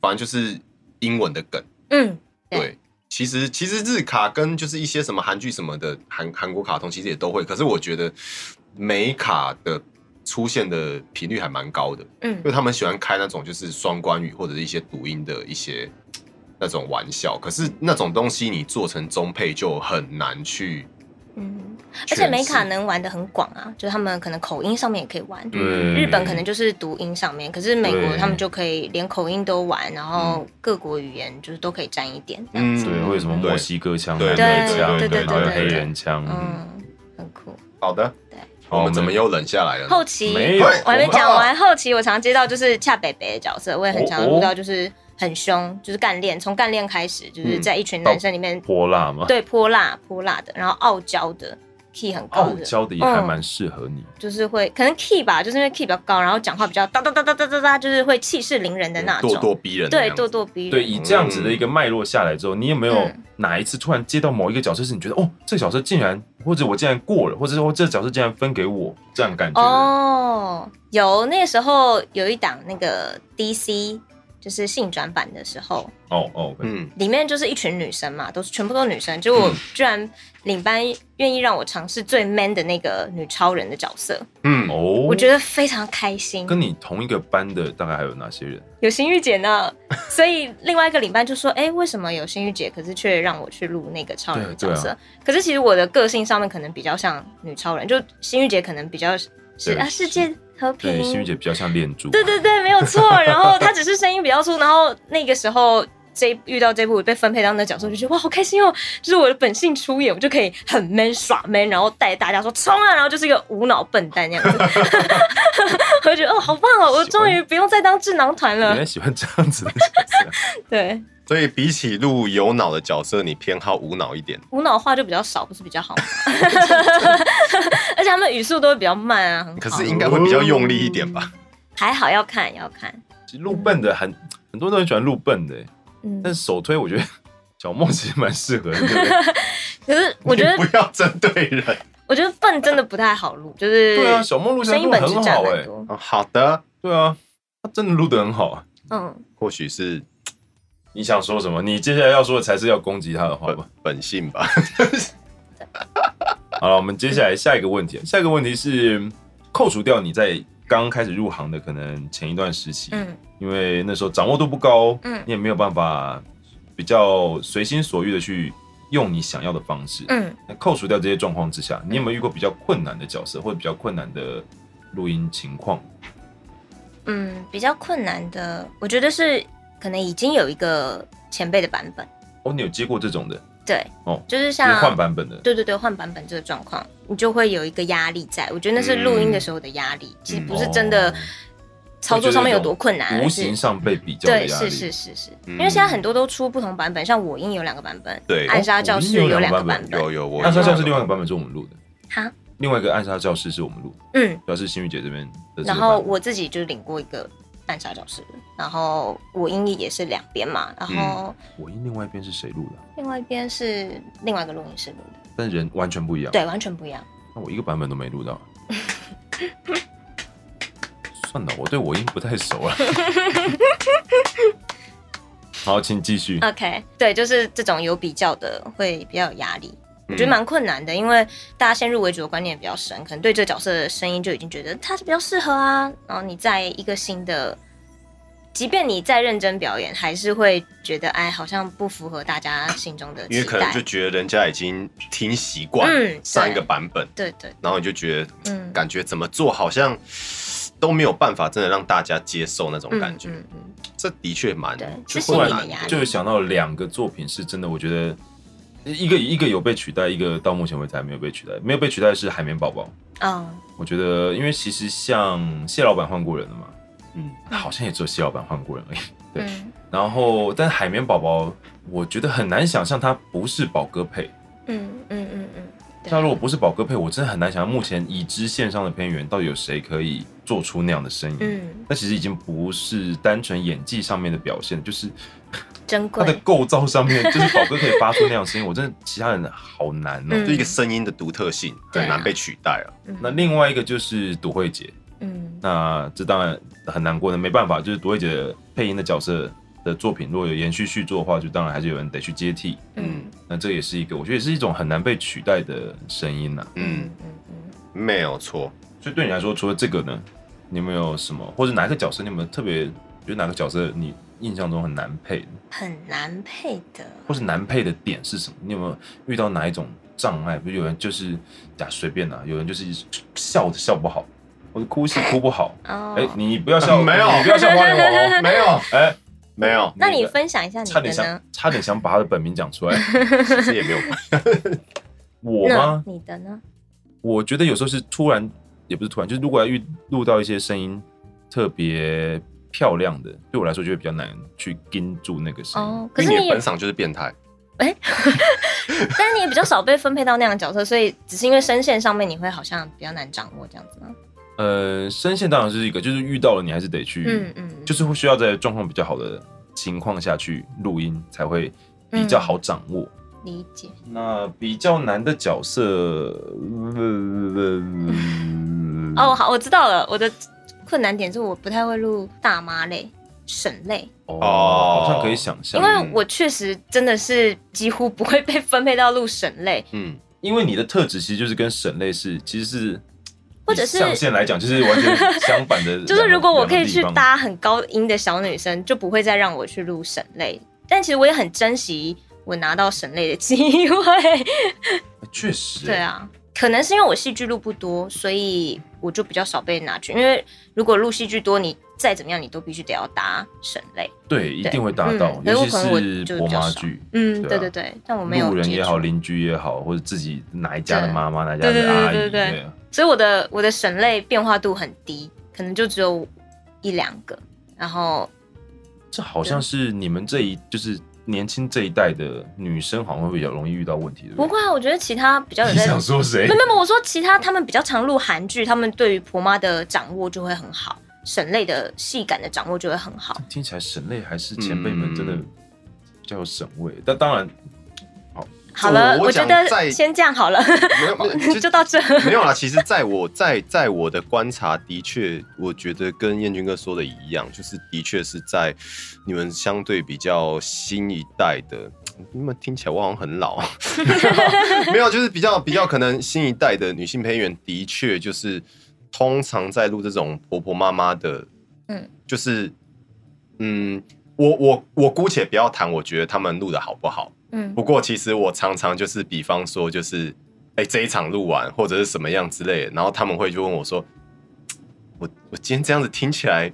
Speaker 4: 反正就是英文的梗。
Speaker 6: 嗯，对
Speaker 4: 对，其实其实日卡跟就是一些什么韩剧什么的韩韩国卡通其实也都会，可是我觉得美卡的出现的频率还蛮高的。
Speaker 6: 嗯
Speaker 4: 因为他们喜欢开那种就是双关语或者是一些读音的一些那种玩笑，可是那种东西你做成中配就很难去
Speaker 6: 嗯，而且美卡能玩的很广啊，就是他们可能口音上面也可以玩。
Speaker 5: 对
Speaker 6: 日本可能就是读音上面，可是美国
Speaker 5: 对
Speaker 6: 他们就可以连口音都玩，然
Speaker 4: 嗯
Speaker 6: 后各国语言就是都可以沾一点这样子。
Speaker 5: 嗯对，会有什么墨西哥腔、
Speaker 4: 对
Speaker 5: 南美腔，啊
Speaker 6: 对对对
Speaker 5: 然后有
Speaker 6: 对对
Speaker 5: 黑
Speaker 6: 对
Speaker 5: 人腔。嗯
Speaker 6: 嗯，很酷。
Speaker 4: 好的，
Speaker 6: 对
Speaker 4: 我们怎么又冷下来了呢？
Speaker 6: 后期
Speaker 5: 呃没有哦
Speaker 6: 我还没讲
Speaker 4: 我
Speaker 6: 完，后期我常接到就是恰北北的角色，我也很常
Speaker 5: 哦哦
Speaker 6: 遇到，就是很凶，就是干练，从干练开始，
Speaker 5: 嗯
Speaker 6: 就是在一群男生里面
Speaker 5: 泼辣嘛，
Speaker 6: 对泼辣泼辣的，然后傲娇的 key 很高
Speaker 5: 傲
Speaker 6: 的，
Speaker 5: 娇的也
Speaker 6: 嗯
Speaker 5: 还蛮适合你。
Speaker 6: 就是会可能 key 吧，就是因为 key 比较高，然后讲话比较哒哒哒哒哒哒哒，就是会气势凌人的那种，
Speaker 4: 咄咄逼人的
Speaker 6: 对
Speaker 4: 样子，
Speaker 6: 咄咄逼人，
Speaker 5: 对，以这样子的一个脉络下来之后，你有没有
Speaker 6: 嗯
Speaker 5: 哪一次突然接到某一个角色是你觉得哦，这个角色竟然，或者我竟然过了，或者说这个角色竟然分给我，这样感觉的？
Speaker 6: 哦，有那个时候有一档那个 DC 就是性转版的时候，
Speaker 5: 哦哦，
Speaker 4: 嗯，
Speaker 6: 里面就是一群女生嘛，都是全部都是女生，就
Speaker 5: 嗯
Speaker 6: 我居然领班愿意让我尝试最 man 的那个女超人的角色，
Speaker 4: 嗯
Speaker 5: 哦，
Speaker 6: 我觉得非常开心。
Speaker 5: 跟你同一个班的大概还有哪些人？
Speaker 6: 有心玉姐呢， 所以另外一个领班就说：“哎、为什么有心玉姐，可是却让我去录那个超人的角色？
Speaker 5: 对啊
Speaker 6: 可是其实我的个性上面可能比较像女超人，就心玉姐可能比较是
Speaker 5: 对
Speaker 6: 啊世界和
Speaker 5: 对，
Speaker 6: 平，
Speaker 5: 心雨姐比较像恋珠，
Speaker 6: 对对对，没有错。然后他只是声音比较粗，然后那个时候这遇到这部被分配到那角色，我就觉得哇，好开心哦！就是我的本性出演，我就可以很 man 耍 man，然后带大家说冲啊，然后就是一个无脑笨蛋那样子。我就觉得哦，好棒哦！我终于不用再当智囊团
Speaker 5: 原
Speaker 6: 了
Speaker 5: 来。喜欢这样子的角色。
Speaker 6: 对，
Speaker 4: 所以比起录有脑的角色，你偏好无脑一点。
Speaker 6: 无脑话就比较少，不是比较好吗？而且他们语速都会比较慢啊，很好。
Speaker 4: 可是应该会比较用力一点吧？
Speaker 6: 哦还好，要看要看。
Speaker 5: 其实录笨的很很多人都很喜欢录笨的，欸
Speaker 6: 嗯，
Speaker 5: 但是手推我觉得小梦其实蛮适合的，对不对？
Speaker 6: 可是我觉得
Speaker 4: 你，不要针对人。
Speaker 6: 我觉得笨真的不太好录，就是
Speaker 5: 对啊，小梦录起来
Speaker 6: 声音
Speaker 5: 录
Speaker 6: 本
Speaker 5: 得
Speaker 6: 质
Speaker 5: 很
Speaker 6: 占
Speaker 5: 好
Speaker 6: 很
Speaker 5: 哎，
Speaker 6: 多。
Speaker 4: 哦好的，
Speaker 5: 对啊，他真的录得很好。啊
Speaker 6: 嗯，
Speaker 4: 或许是
Speaker 5: 你想说什么？你接下来要说的才是要攻击他的话
Speaker 4: 本
Speaker 5: 吧？
Speaker 4: 本性吧。
Speaker 5: 好了，我们接下来下一个问题，下一个问题是扣除掉你在刚开始入行的可能前一段时期，
Speaker 6: 嗯，
Speaker 5: 因为那时候掌握度不高，
Speaker 6: 嗯
Speaker 5: 你也没有办法比较随心所欲的去用你想要的方式，
Speaker 6: 嗯，
Speaker 5: 那扣除掉这些状况之下，你有没有遇过比较困难的角色，或者比较困难的录音情况？
Speaker 6: 嗯，比较困难的，我觉得是可能已经有一个前辈的版本，
Speaker 5: 哦，你有接过这种的，
Speaker 6: 对，
Speaker 5: 哦
Speaker 6: 就是
Speaker 5: 就是
Speaker 6: 像
Speaker 5: 换版本的，
Speaker 6: 对对对，换版本这个状况，你就会有一个压力在。我觉得那是录音的时候的压力，其实不是真的
Speaker 5: 哦
Speaker 6: 操作上面有多困难，
Speaker 5: 无
Speaker 6: 而
Speaker 5: 形
Speaker 6: 是
Speaker 5: 上被比较的压
Speaker 6: 对，
Speaker 5: 力。
Speaker 6: 是是是是，
Speaker 4: 嗯
Speaker 6: 因为现在很多都出不同版本，像我音有两个版本，
Speaker 4: 对
Speaker 6: 暗杀教室
Speaker 5: 哦我音有
Speaker 6: 两
Speaker 5: 两个
Speaker 6: 个版
Speaker 5: 版
Speaker 6: 本，
Speaker 4: 有有我
Speaker 5: 暗杀教室另外一个版本是我们录的，
Speaker 6: 哈，
Speaker 5: 另外一个暗杀教室是我们录的，
Speaker 6: 嗯，
Speaker 5: 主要是心雨姐这边的这个
Speaker 6: 然
Speaker 5: 版本。
Speaker 6: 后我自己就领过一个暗杀教室，然后我音也是两边嘛，然后
Speaker 5: 我音另外一边是谁录的啊？
Speaker 6: 另外一边是另外一个录音室录的，
Speaker 5: 但人完全不一样。，
Speaker 6: 对，完全不一样。
Speaker 5: 那我一个版本都没 录到。算了，我对我音不太熟 啊。好，请继续。
Speaker 6: OK，对，就是这种有比较的会比较有压力，我觉得
Speaker 4: 嗯
Speaker 6: 蛮困难的，因为大家先入为主的观念比较深，可能对这个角色的声音就已经觉得他是比较适合啊，然后你在一个新的，即便你再认真表演，还是会觉得哎，好像不符合大家心中的
Speaker 4: 因
Speaker 6: 期
Speaker 4: 为可
Speaker 6: 待
Speaker 4: 能就。觉得人家已经听习惯
Speaker 6: 嗯
Speaker 4: 上一个
Speaker 6: 对
Speaker 4: 版本，
Speaker 6: 对对，
Speaker 4: 然后你就觉得
Speaker 6: 嗯，
Speaker 4: 感觉怎么做好像都没有办法真的让大家接受那种感觉，
Speaker 6: 嗯嗯
Speaker 4: 这的确蛮
Speaker 6: 对
Speaker 4: 就是
Speaker 5: 突
Speaker 6: 心
Speaker 4: 困
Speaker 6: 理的
Speaker 4: 难
Speaker 6: 压力
Speaker 5: 然就想到两个作品是真的，我觉得一个一个有被取代，一个到目前为止还没有被取代。没有被取代是海绵宝宝，
Speaker 6: 嗯哦，
Speaker 5: 我觉得因为其实像谢老板换过人了嘛，
Speaker 4: 嗯，
Speaker 5: 好像也只有谢老板换过人而已。对
Speaker 6: 嗯
Speaker 5: 然后，但海绵宝宝，我觉得很难想象它不是宝哥配。
Speaker 6: 嗯嗯嗯嗯，对
Speaker 5: 那如果不是宝哥配，我真的很难想象目前已知线上的配音员到底有谁可以做出那样的声音。
Speaker 6: 嗯
Speaker 5: 那其实已经不是单纯演技上面的表现，就是
Speaker 6: 珍
Speaker 5: 它的
Speaker 6: 贵，
Speaker 5: 构造上面，就是宝哥可以发出那样的声音，我真的其他人好难哦。
Speaker 6: 嗯
Speaker 4: 就一个声音的独特性
Speaker 6: 对啊
Speaker 4: 很难被取代啊了。
Speaker 6: 嗯
Speaker 5: 那另外一个就是赌慧姐，
Speaker 6: 嗯
Speaker 5: 那这当然很难过的，没办法，就是独慧姐的配音的角色的作品，如果有延续续作的话，就当然还是有人得去接替。
Speaker 6: 嗯
Speaker 5: 那这也是一个，我觉得也是一种很难被取代的声音啊呐、
Speaker 4: 嗯
Speaker 6: 嗯，嗯嗯，
Speaker 4: 没有错，
Speaker 5: 所以对你来说，除了这个呢，你有没有什么，或者哪个角色你有没有特别，觉得哪个角色你印象中很难配的，
Speaker 6: 很难配的。
Speaker 5: 或是难配的点是什么？你有没有遇到哪一种障碍，比如有人就是呀随便啦、有人就是笑着笑不好，或者哭是哭不好。
Speaker 6: 哦
Speaker 5: 哎、你不要笑，
Speaker 4: 嗯没有
Speaker 5: 你不要笑花莲 娃哦。
Speaker 4: 没有，
Speaker 5: 哎，
Speaker 4: 没有，
Speaker 6: 那
Speaker 5: 那
Speaker 6: 你
Speaker 5: 个
Speaker 6: 分享一下你
Speaker 5: 差点
Speaker 6: 的
Speaker 5: 想
Speaker 6: 呢？
Speaker 5: 差点想把他的本名讲出 来。
Speaker 4: 其实也没有。
Speaker 5: 我吗？
Speaker 6: 那你的呢？
Speaker 5: 我觉得有时候是突然，也不是突然，就是如果要遇录到一些声音特别漂亮的，对我来说就会比较难去盯住那个声 音。
Speaker 6: 哦，可
Speaker 4: 因
Speaker 6: 是
Speaker 4: 为
Speaker 6: 你
Speaker 4: 你的
Speaker 6: 也
Speaker 4: 本，赏就是变态，
Speaker 6: 但是你也比较少被分配到那样的角色，所以只是因为声线上面你会好像比较难掌握这样子吗？
Speaker 5: 呃，声线当然是一个，就是遇到了你还是得去，
Speaker 6: 嗯嗯，
Speaker 5: 就是会需要在状况比较好的情况下去录音，才会比较好掌握。
Speaker 6: 理解。
Speaker 5: 那比较难的角色，
Speaker 6: 哦，好，我知道了。我的困难点是我不太会录大妈类、婶类，
Speaker 5: 哦，好像可以想象
Speaker 6: 因，为我确实真的是几乎不会被分配到录婶类，
Speaker 4: 嗯，
Speaker 5: 因为你的特质其实就是跟省类是，其实是
Speaker 6: 或者是
Speaker 5: 以上线来讲，就是完 全相反的两个。
Speaker 6: 就是如果我可以去
Speaker 5: 两个地方，
Speaker 6: 搭很高音的小女生，就不会再让我去录省类。但其实我也很珍惜我拿到省类的机会。
Speaker 5: 确实，
Speaker 6: 对，啊，可能是因为我戏剧录不多，所以我就比较少被拿去。因为如果录戏剧多，你再怎么样，你都必须得要搭省类。
Speaker 5: 对，一定会搭到
Speaker 6: 嗯，
Speaker 5: 尤其
Speaker 6: 可是我可能我
Speaker 5: 是
Speaker 6: 就
Speaker 5: 博
Speaker 6: 比较
Speaker 5: 麻
Speaker 6: 少
Speaker 5: 剧，
Speaker 6: 嗯，
Speaker 5: 对啊
Speaker 6: 对对对，但我没有
Speaker 5: 路人
Speaker 6: 接
Speaker 5: 也
Speaker 6: 触
Speaker 5: 好，邻居也好，或者自己哪一家的
Speaker 6: 对
Speaker 5: 妈妈，哪一家
Speaker 6: 对
Speaker 5: 的
Speaker 6: 对
Speaker 5: 阿姨，
Speaker 6: 对对对
Speaker 5: 啊
Speaker 6: 所以我的我的省类变化度很低，可能就只有一两个。然后
Speaker 5: 嗯这好像是你们这一就是年轻这一代的女生，好像会比较容易遇到问题，对
Speaker 6: 不
Speaker 5: 对？
Speaker 6: 过啊我觉得其他比较有
Speaker 5: 你
Speaker 6: 在
Speaker 5: 想说谁
Speaker 6: 没有？没有，我说其他他们比较常录韩剧，他们对于婆妈的掌握就会很好，省类的戏感的掌握就会很好。
Speaker 5: 听起来神类还是前辈们真的
Speaker 4: 嗯
Speaker 5: 比较有审味，但当然
Speaker 6: 好了，
Speaker 4: 我
Speaker 6: 我
Speaker 4: 我
Speaker 6: 觉
Speaker 4: 讲
Speaker 6: 得
Speaker 4: 再
Speaker 6: 先这样好了，
Speaker 4: 没有，没 有
Speaker 6: 就到这。
Speaker 4: 没有啦，其实在我在在我的观察，的确，我觉得跟燕军哥说的一样，就是的确是在你们相对比较新一代的，你们听起来我好像很老，啊 没有，就是比较比较可能新一代的女性配音员，的确就是通常在录这种婆婆妈妈的，嗯
Speaker 6: 嗯，
Speaker 4: 就是嗯，我我我姑且不要谈，我觉得他们录的好不好，
Speaker 6: 嗯
Speaker 4: 不过其实我常常就是，比方说就是，哎、这一场录完或者是什么样之类的，然后他们会就问我说，我我今天这样子听起来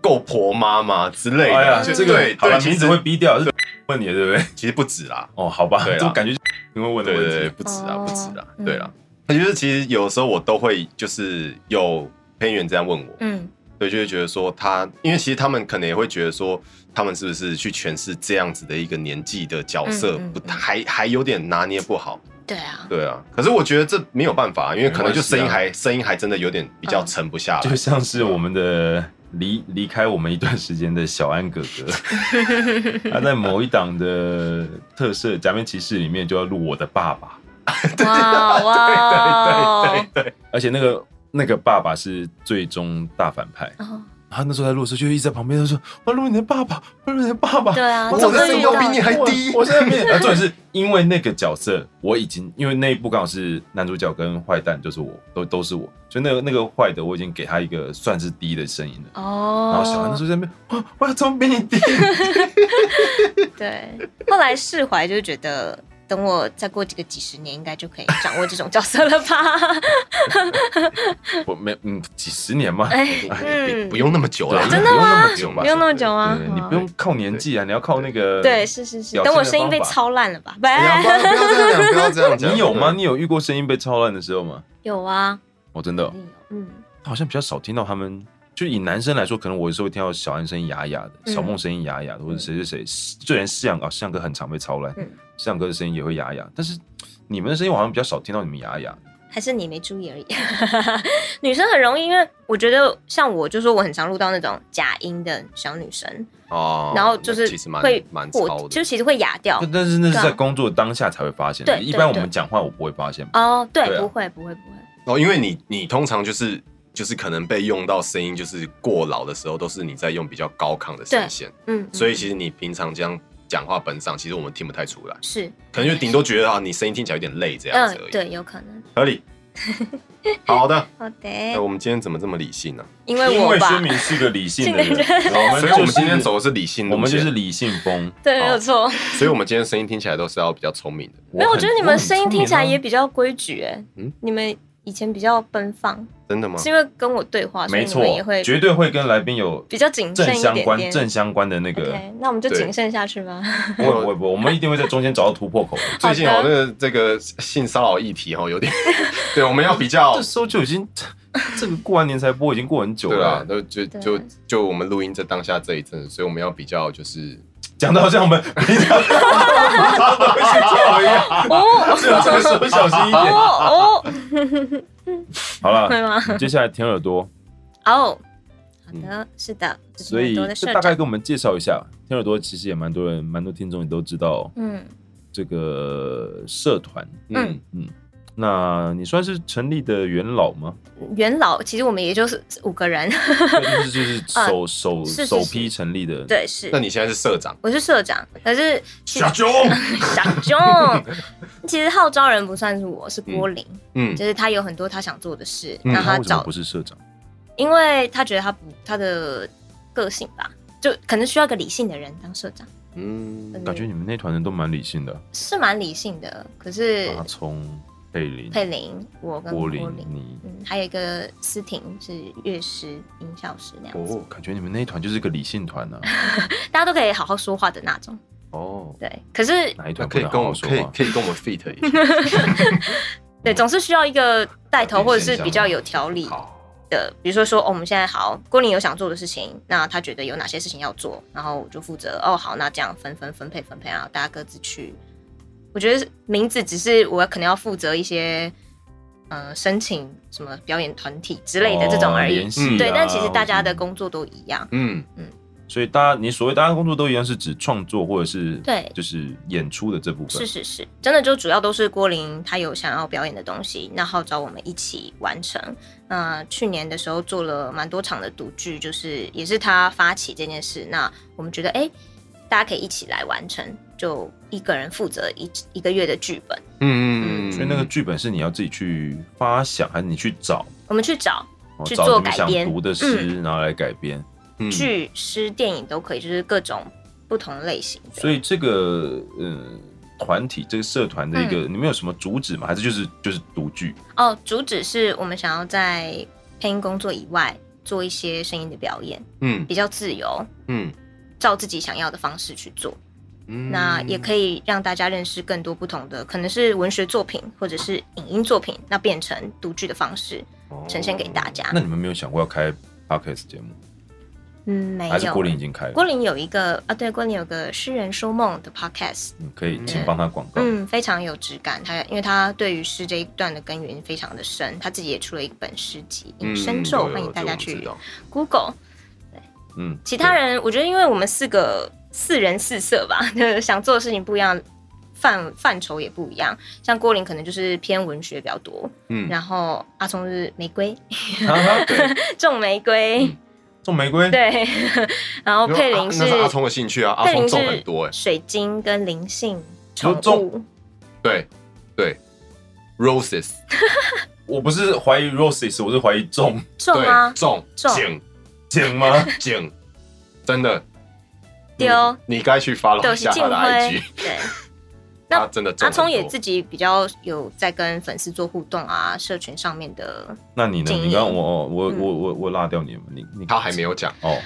Speaker 4: 够婆妈吗之类的？
Speaker 5: 哎呀，
Speaker 4: 就
Speaker 5: 这个
Speaker 4: 对
Speaker 5: 好了，
Speaker 4: 对，其
Speaker 5: 名字
Speaker 4: 实
Speaker 5: 会逼掉，是问你的对不对？
Speaker 4: 其实不止啦，
Speaker 5: 哦，好吧，
Speaker 4: 对啊
Speaker 5: 这我感觉 因为问的
Speaker 4: 对
Speaker 5: 问
Speaker 4: 对
Speaker 5: 题，
Speaker 4: 对，不止啦，不止啦，
Speaker 6: 哦
Speaker 4: 对啦。那就是其实有时候我都会就是有配音员这样问我，
Speaker 6: 嗯
Speaker 4: 对，就会觉得说他，因为其实他们可能也会觉得说，他们是不是去诠释这样子的一个年纪的角色，
Speaker 6: 嗯嗯嗯
Speaker 4: 不还还有点拿捏不好。
Speaker 6: 对啊，
Speaker 4: 对啊，可是我觉得这没有办法，因为可能就声音
Speaker 5: 没关啊
Speaker 4: 还、声音还真的有点比较沉不下来。
Speaker 5: 就像是我们的离离开我们一段时间的小安哥哥， 他在某一档的特色《假面骑士》里面就要录我的爸爸，
Speaker 6: 哇哇，对对
Speaker 5: 而且那个那个爸爸是最终大反派。
Speaker 6: 哦
Speaker 5: 然后那时候在录的时候，就一直在旁边就说：“我要录你的爸爸，我要录你的爸爸。”
Speaker 6: 对啊，
Speaker 4: 我
Speaker 6: 总
Speaker 4: 的
Speaker 6: 会
Speaker 4: 身
Speaker 6: 遇
Speaker 4: 高
Speaker 6: 到
Speaker 4: 比你还低
Speaker 5: 我我现在没有。啊然后重点是因为那个角色，我已经因为那一部刚好是男主角跟坏蛋，就是我都都是我，所以那个那个坏的我已经给他一个算是低的声音了。然后小安那时
Speaker 6: 哦，
Speaker 5: 候在那边，哇，我要怎么比你 低？
Speaker 6: 对。 后来释怀，就是觉得等我再过几个几十年，应该就可以掌握这种角色了 吧？
Speaker 5: 我没嗯，几十年嘛，
Speaker 6: 哎，
Speaker 4: 不
Speaker 6: 嗯
Speaker 4: 不，用那么久了，
Speaker 5: 真
Speaker 4: 的不用那么久吧
Speaker 6: 不用那么久啊
Speaker 5: 对，，你不用靠年纪啊，你要靠那个
Speaker 6: 对，是是是，
Speaker 5: 表现的
Speaker 6: 等我声音被
Speaker 5: 方法
Speaker 6: 操烂了吧？
Speaker 4: 哎呀
Speaker 6: 喂，
Speaker 4: 不要不要这样讲，不要这样讲。
Speaker 5: 你有吗？你有遇过声音被超烂的时候吗？
Speaker 6: 有啊，
Speaker 5: 我真的哦
Speaker 6: 嗯，
Speaker 5: 好像比较少听到他们。就以男生来说，可能我有时候会听到小安声音哑哑的，
Speaker 6: 嗯
Speaker 5: 小梦声音哑哑的，或者谁谁谁，就连世阳啊，世阳哥很常被超烂
Speaker 6: 嗯，
Speaker 5: 世阳哥的声音也会哑哑。但是你们的声音，我好像比较少听到你们哑哑。
Speaker 6: 还是你没注意而 已。女生很容易，因为我觉得像我，就说我很常录到那种假音的小女生，
Speaker 4: 哦，
Speaker 6: 然后就是
Speaker 4: 那其实蛮
Speaker 6: 会
Speaker 4: 蛮超
Speaker 6: 破，就
Speaker 4: 的，
Speaker 6: 其实会哑掉
Speaker 5: 但。但是那是
Speaker 6: 对啊
Speaker 5: 在工作当下才会发现的，
Speaker 6: 对
Speaker 5: 一般我
Speaker 6: 对
Speaker 5: 们
Speaker 6: 对
Speaker 5: 讲话我不会发现。
Speaker 6: 哦，
Speaker 5: 对
Speaker 6: 对，
Speaker 5: 啊
Speaker 6: 不会，不会，不会，
Speaker 4: 哦，因为你你通常就是就是可能被用到声音就是过老的时候，都是你在用比较高亢的声线，
Speaker 6: 嗯，
Speaker 4: 所以
Speaker 6: 嗯
Speaker 4: 其实你平常这样讲话本上，其实我们听不太出来，
Speaker 6: 是，
Speaker 4: 可能就顶多觉得啊，你声音听起来有点累这样
Speaker 6: 嗯
Speaker 4: 子而，已。
Speaker 6: 对，有可能。
Speaker 4: 合理。好的，
Speaker 6: 好
Speaker 4: 那
Speaker 6: 的，
Speaker 4: 哎我们今天怎么这么理性呢、
Speaker 6: 因为
Speaker 5: 因
Speaker 6: 我
Speaker 5: 为薛
Speaker 6: 吧，
Speaker 5: 明是个理性的 人，
Speaker 6: 性 的
Speaker 5: 我们
Speaker 4: 啊所以
Speaker 5: 就
Speaker 4: 我们今天
Speaker 5: 是
Speaker 4: 走的是理性路
Speaker 5: 我们就
Speaker 4: 线
Speaker 5: 是理性风。
Speaker 6: 对，没有错。
Speaker 4: 所以哦我们今天声音听起来都是要比较聪明的，
Speaker 6: 没有，我觉得你们声音听起来也
Speaker 5: 比
Speaker 6: 比较规矩哎
Speaker 4: 啊嗯，
Speaker 6: 你们以前比较奔放，
Speaker 4: 真的吗？
Speaker 6: 是因为跟我对话，所以
Speaker 5: 没
Speaker 6: 你
Speaker 5: 错
Speaker 6: 们也会，
Speaker 5: 绝对会跟来宾有
Speaker 6: 比较谨
Speaker 5: 正
Speaker 6: 慎一
Speaker 5: 相
Speaker 6: 点
Speaker 5: 关、正
Speaker 6: 点。
Speaker 5: 相关的那个。
Speaker 6: OK，那我们就
Speaker 4: 对
Speaker 6: 谨慎下去吧。
Speaker 5: 不会不会不会，我们一定会在中间找到突破口的。
Speaker 4: 最近哦
Speaker 6: 好，
Speaker 4: 那
Speaker 6: 的
Speaker 4: 个这个性骚扰议题哦，有点，对，我们要比较
Speaker 5: 这，时候就已经 这个过完年才播，已经过很久
Speaker 4: 对啊啦
Speaker 5: 了，。啊
Speaker 4: 都就
Speaker 6: 对
Speaker 4: 就就我们录音这当下这一阵，所以我们要比较就是，
Speaker 5: 讲到像我们 平常一样，
Speaker 6: 哦
Speaker 5: 只有这个时候小心一点。
Speaker 6: 哦哦，
Speaker 5: 好
Speaker 6: 会
Speaker 5: 了，
Speaker 6: 吗？
Speaker 5: 接下来田耳朵，
Speaker 6: 哦，好的，是的，这是
Speaker 5: 所以
Speaker 6: 很多的
Speaker 5: 这
Speaker 6: 社
Speaker 5: 大概
Speaker 6: 长。
Speaker 5: 跟我们介绍一下，田耳朵其实也蛮多人、蛮多听众也都知道
Speaker 6: 嗯，
Speaker 5: 这个社团。
Speaker 6: 嗯
Speaker 5: 嗯，那你算是成立的元老 吗？
Speaker 6: 元老其实我们也就是五个 人，
Speaker 5: 对就是就是
Speaker 6: 啊
Speaker 5: 首首
Speaker 6: 是是
Speaker 5: 首批成立的。
Speaker 6: 对，是
Speaker 4: 那。你现在是社长，
Speaker 6: 我是社长，可是其 实
Speaker 4: 九，
Speaker 6: 小钟， 其实号召人不算是我，是郭林，
Speaker 4: 嗯，
Speaker 6: 就是他有很多他想做的事，
Speaker 4: 嗯
Speaker 6: 那
Speaker 5: 他
Speaker 6: 他
Speaker 5: 为什么
Speaker 6: 找
Speaker 5: 不，是社长？
Speaker 6: 因为他觉得他不他的个性吧，就可能需要一个理性的人当社长，
Speaker 4: 嗯，
Speaker 6: 嗯
Speaker 5: 感觉你们那团人都蛮理性的，
Speaker 6: 是蛮理性的。可是
Speaker 5: 阿聪、佩林、
Speaker 6: 佩林，我跟
Speaker 5: 啊郭
Speaker 6: 郭
Speaker 5: 林
Speaker 6: 林，、
Speaker 5: 你，
Speaker 6: 嗯，还有一个思婷是乐师、音效师那样子，
Speaker 4: 哦，
Speaker 5: 感觉你们那一团就是一个理性团呢、啊。
Speaker 6: 大家都可以好好说话的那种。
Speaker 5: 哦，
Speaker 6: 对，可是
Speaker 5: 哪
Speaker 4: 那
Speaker 5: 一团不
Speaker 4: 可以
Speaker 5: 能
Speaker 4: 跟
Speaker 5: 好
Speaker 4: 我
Speaker 5: 好
Speaker 4: 们
Speaker 5: 说
Speaker 4: 可以
Speaker 5: 话？
Speaker 4: 可以跟我们 fit 一下，
Speaker 6: 对，总是需要一个带头
Speaker 5: 嗯有点
Speaker 6: 或者是
Speaker 5: 现象
Speaker 6: 比较
Speaker 5: 吗
Speaker 6: 有条理
Speaker 4: 好，
Speaker 6: 的，比如说说、哦我们现在好，郭林有想做的事情，那他觉得有哪些事情要做，然后我就负责哦，好，那这样分分分配分配，然啊后大家各自去。我觉得名字只是我可能要负责一些，呃，申请什么表演团体之类的这种而
Speaker 5: 哦
Speaker 6: 已。
Speaker 5: 联系啊
Speaker 4: 嗯
Speaker 6: 对，但其实大家的，
Speaker 5: 或者
Speaker 6: 工作都一样。
Speaker 4: 嗯，
Speaker 5: 所以大家你所谓大家工作都一样，是指创作或者是
Speaker 6: 对
Speaker 5: 就是演出的这部分
Speaker 6: 是。是是，真的就主要都是郭林他有想要表演的东西，那号召我们一起完成。那、去年的时候做了蛮多场的独剧，就是也是他发起这件事，那我们觉得哎、诶大家可以一起来完成，就一个人负责一一个月的剧本，
Speaker 4: 嗯嗯嗯，
Speaker 5: 所以那个剧本是你要自己去发想，还是你去找？
Speaker 6: 我们去找
Speaker 5: 哦
Speaker 6: 去
Speaker 5: 找
Speaker 6: 做
Speaker 5: 你们
Speaker 6: 改
Speaker 5: 想
Speaker 6: 编
Speaker 5: 读的诗，然后来改编。
Speaker 4: 嗯
Speaker 6: 剧、诗、电影都可以，就是各种不同类型的。
Speaker 5: 所以这个呃团体这个社团的一
Speaker 6: 嗯
Speaker 5: 个，你们有什么主旨吗？还是就是就是独剧？
Speaker 6: 哦，主旨是我们想要在配音工作以外做一些声音的表演，
Speaker 4: 嗯
Speaker 6: 比较自由，
Speaker 4: 嗯
Speaker 6: 照自己想要的方式去做。
Speaker 4: 嗯，
Speaker 6: 那也可以让大家认识更多不同的，可能是文学作品或者是影音作品，那变成独剧的方式呈现给大
Speaker 4: 哦
Speaker 6: 家。
Speaker 5: 那你们没有想过要开 podcast 节目，
Speaker 6: 嗯，没
Speaker 5: 还是
Speaker 6: 有。
Speaker 5: 郭林已经开了？
Speaker 6: 郭林有一个啊，对，郭林有个诗人说梦的 podcast，
Speaker 5: 嗯可以，请帮他广告。
Speaker 6: 嗯，非常有质感。他因为他对于诗这一段的根源非常的深，他自己也出了一本诗集《
Speaker 4: 嗯
Speaker 6: 隐身
Speaker 4: 有
Speaker 6: 咒》，
Speaker 4: 有
Speaker 6: 欢迎
Speaker 4: 有
Speaker 6: 大
Speaker 4: 这
Speaker 6: 家
Speaker 4: 我们知
Speaker 6: 去
Speaker 4: 道
Speaker 6: Google。
Speaker 5: 嗯，
Speaker 6: 其他人，我觉得因为我们四个四人四色吧， 就是想做的事情不一样，范范畴也不一样。像郭林可能就是偏文学比较多，
Speaker 4: 嗯
Speaker 6: 然后阿聪是玫瑰，嗯
Speaker 5: 对 哈哈对
Speaker 6: 种玫瑰，
Speaker 5: 种玫瑰，
Speaker 6: 对。 然后
Speaker 4: 因为
Speaker 6: 哦佩
Speaker 4: 阿
Speaker 6: 林
Speaker 4: 那是阿聪的兴趣啊，阿
Speaker 6: 佩
Speaker 4: 聪
Speaker 6: 林
Speaker 4: 种很多哎
Speaker 6: 是，水晶跟灵性
Speaker 5: 有
Speaker 6: 宠物
Speaker 5: 种，
Speaker 4: 对对，roses，
Speaker 5: 我不是怀疑 roses，我是怀疑种
Speaker 6: 种啊
Speaker 4: 对，种
Speaker 6: 种
Speaker 4: 剪
Speaker 5: 剪 吗？
Speaker 4: 剪，真的
Speaker 6: 丢，
Speaker 4: 你该去 follow
Speaker 6: 都
Speaker 4: 嗯一
Speaker 6: 是
Speaker 4: 下
Speaker 6: 静
Speaker 4: 他的
Speaker 6: 辉
Speaker 4: IG，，
Speaker 6: 对。那
Speaker 4: 他真的种
Speaker 6: 阿
Speaker 4: 很多
Speaker 6: 聪也自己比较有在跟粉丝做互动啊，社群上面的，
Speaker 5: 那你呢？
Speaker 6: 建议
Speaker 5: 你刚刚我哦我
Speaker 6: 嗯
Speaker 5: 我我我落掉你了，你你
Speaker 4: 他还没有讲，
Speaker 5: 哦，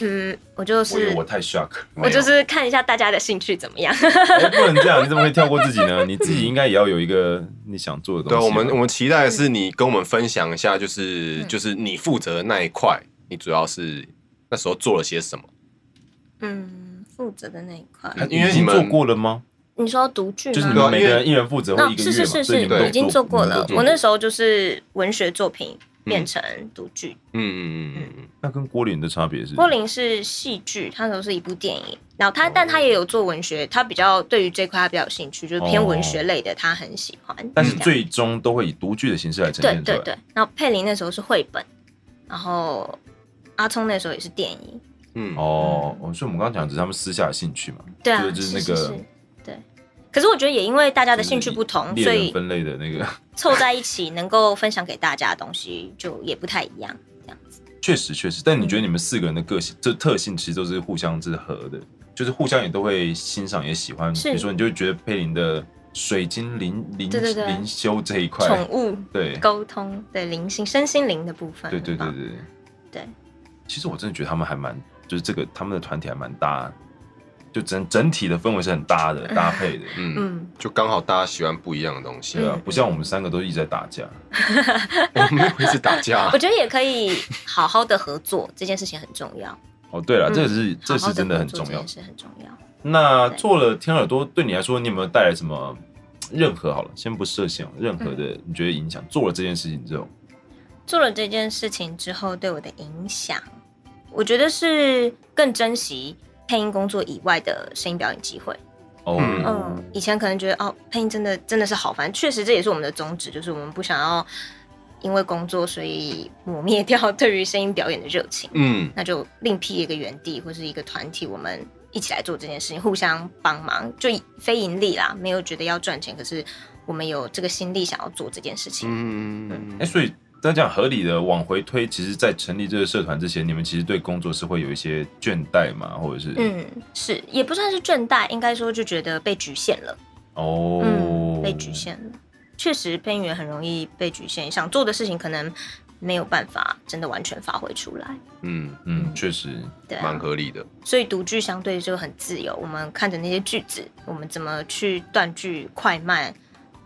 Speaker 6: 嗯，我就
Speaker 5: 我以
Speaker 6: 是
Speaker 5: 为我太 shock，
Speaker 6: 我就是看一下大家的兴趣怎么样。
Speaker 5: 哎不能这样，你怎么会跳过自己呢？你自己应该也要有一个你想做的
Speaker 4: 对啊
Speaker 5: 东西啊
Speaker 4: 我
Speaker 5: 吧。
Speaker 4: 们我们期待的
Speaker 6: 嗯
Speaker 4: 是你跟我们分享一下，就是就是你负责的那一块，你主要是那时候做了些什么？
Speaker 6: 嗯，负责的那一块，
Speaker 5: 还
Speaker 4: 因为
Speaker 5: 已经
Speaker 4: 你们
Speaker 5: 做过了吗？
Speaker 6: 你说独剧
Speaker 5: 就是你
Speaker 6: 吗？
Speaker 5: 们每个人一人负责或一个
Speaker 6: 是
Speaker 5: 月嘛，
Speaker 6: 哦是是
Speaker 5: 所以你们
Speaker 6: 是，
Speaker 5: 都
Speaker 6: 已经做过了。我那
Speaker 5: 那
Speaker 6: 时候就是文学作品变成独剧，
Speaker 4: 嗯嗯嗯嗯
Speaker 5: 那跟郭林的差别是，
Speaker 6: 郭林是戏剧，他那时候是一部电影，然后
Speaker 5: 哦
Speaker 6: 他但他也有做文学，他比较对于这块他比较有兴趣，就是偏文学类的，他很喜欢。
Speaker 5: 但是
Speaker 6: 这样
Speaker 5: 最终都会以独剧的形式来呈
Speaker 6: 对
Speaker 5: 现
Speaker 6: 嗯
Speaker 5: 出
Speaker 6: 对
Speaker 5: 来。
Speaker 6: 对，然后佩林那时候是绘本，然后阿聪那时候也是电影，
Speaker 4: 嗯嗯，
Speaker 5: 哦，哦所以我们刚刚讲只是他们私下的兴趣嘛，
Speaker 6: 对啊，
Speaker 5: 就是就是那
Speaker 6: 是是
Speaker 5: 个
Speaker 6: 对。可是我觉得也因为大家
Speaker 5: 他
Speaker 6: 的兴趣不同，
Speaker 5: 猎
Speaker 6: 所
Speaker 5: 人
Speaker 6: 以
Speaker 5: 分类的那个
Speaker 6: 凑在一起能够分享给大家的东西就也不太一样，这样子。
Speaker 5: 确实确实，但
Speaker 6: 嗯
Speaker 5: 你觉得你们四个人的个性、这特性其实都是互相是合的，就是互相也都会欣赏也喜欢。比
Speaker 6: 是
Speaker 5: 如说，你就会觉得佩林的水晶灵灵
Speaker 6: 对对对
Speaker 5: 灵修这一块，
Speaker 6: 宠物
Speaker 5: 对
Speaker 6: 沟通对灵性、身心灵的部分
Speaker 5: 对
Speaker 6: 很棒，
Speaker 5: 对对对对。
Speaker 6: 对
Speaker 5: 其实我真的觉得他们还蛮，就是这个他们的团体还蛮搭，就整整体的氛围是很搭的，搭配的。
Speaker 4: 嗯，
Speaker 6: 嗯，
Speaker 4: 就刚好大家喜欢不一样的东西
Speaker 5: 对啊
Speaker 6: 嗯，
Speaker 5: 不像我们三个都一直在打架。
Speaker 4: 我们没有一直打架啊
Speaker 6: 我，觉得也可以好好的合作，这件事情很重要。
Speaker 5: 哦，对了，
Speaker 6: 嗯
Speaker 5: 这个是 这
Speaker 6: 好好
Speaker 5: 是
Speaker 6: 地
Speaker 5: 真的很
Speaker 6: 合作
Speaker 5: 重要
Speaker 6: 这件。事很重要。
Speaker 5: 那
Speaker 6: 对
Speaker 5: 做了天耳朵，对你来说，你有没有带来什么任何好了，先不设限哦，任
Speaker 6: 嗯
Speaker 5: 何的你觉得影响？做了这件事情之后，
Speaker 6: 做了这件事情之后对我的影响，我觉得是更珍惜配音工作以外的声音表演机会。
Speaker 4: 嗯
Speaker 5: 哦，
Speaker 6: 嗯，以前可能觉得哦，配音真的真的是好烦，确实这也是我们的宗旨，就是我们不想要因为工作所以抹灭掉对于声音表演的热情，
Speaker 4: 嗯，
Speaker 6: 那就另辟一个园地或是一个团体，我们一起来做这件事情，互相帮忙，就以非盈利啦，没有觉得要赚钱，可是我们有这个心力想要做这件事情。
Speaker 4: 嗯
Speaker 5: 哎、，所以大家讲合理的往回推，其实，在成立这个社团之前，你们其实对工作是会有一些倦怠嘛，或者是
Speaker 6: 嗯，是也不算是倦怠，应该说就觉得被局限了。
Speaker 5: 哦、
Speaker 6: 嗯，被局限了。确实，配音员很容易被局限，想做的事情可能没有办法真的完全发挥出来。
Speaker 4: 嗯，
Speaker 5: 嗯，确实，
Speaker 6: 对、
Speaker 4: 蛮
Speaker 6: 啊，
Speaker 4: 合理的，
Speaker 6: 所以读剧相对就很自由。我们看着那些句子，我们怎么去断句、快慢、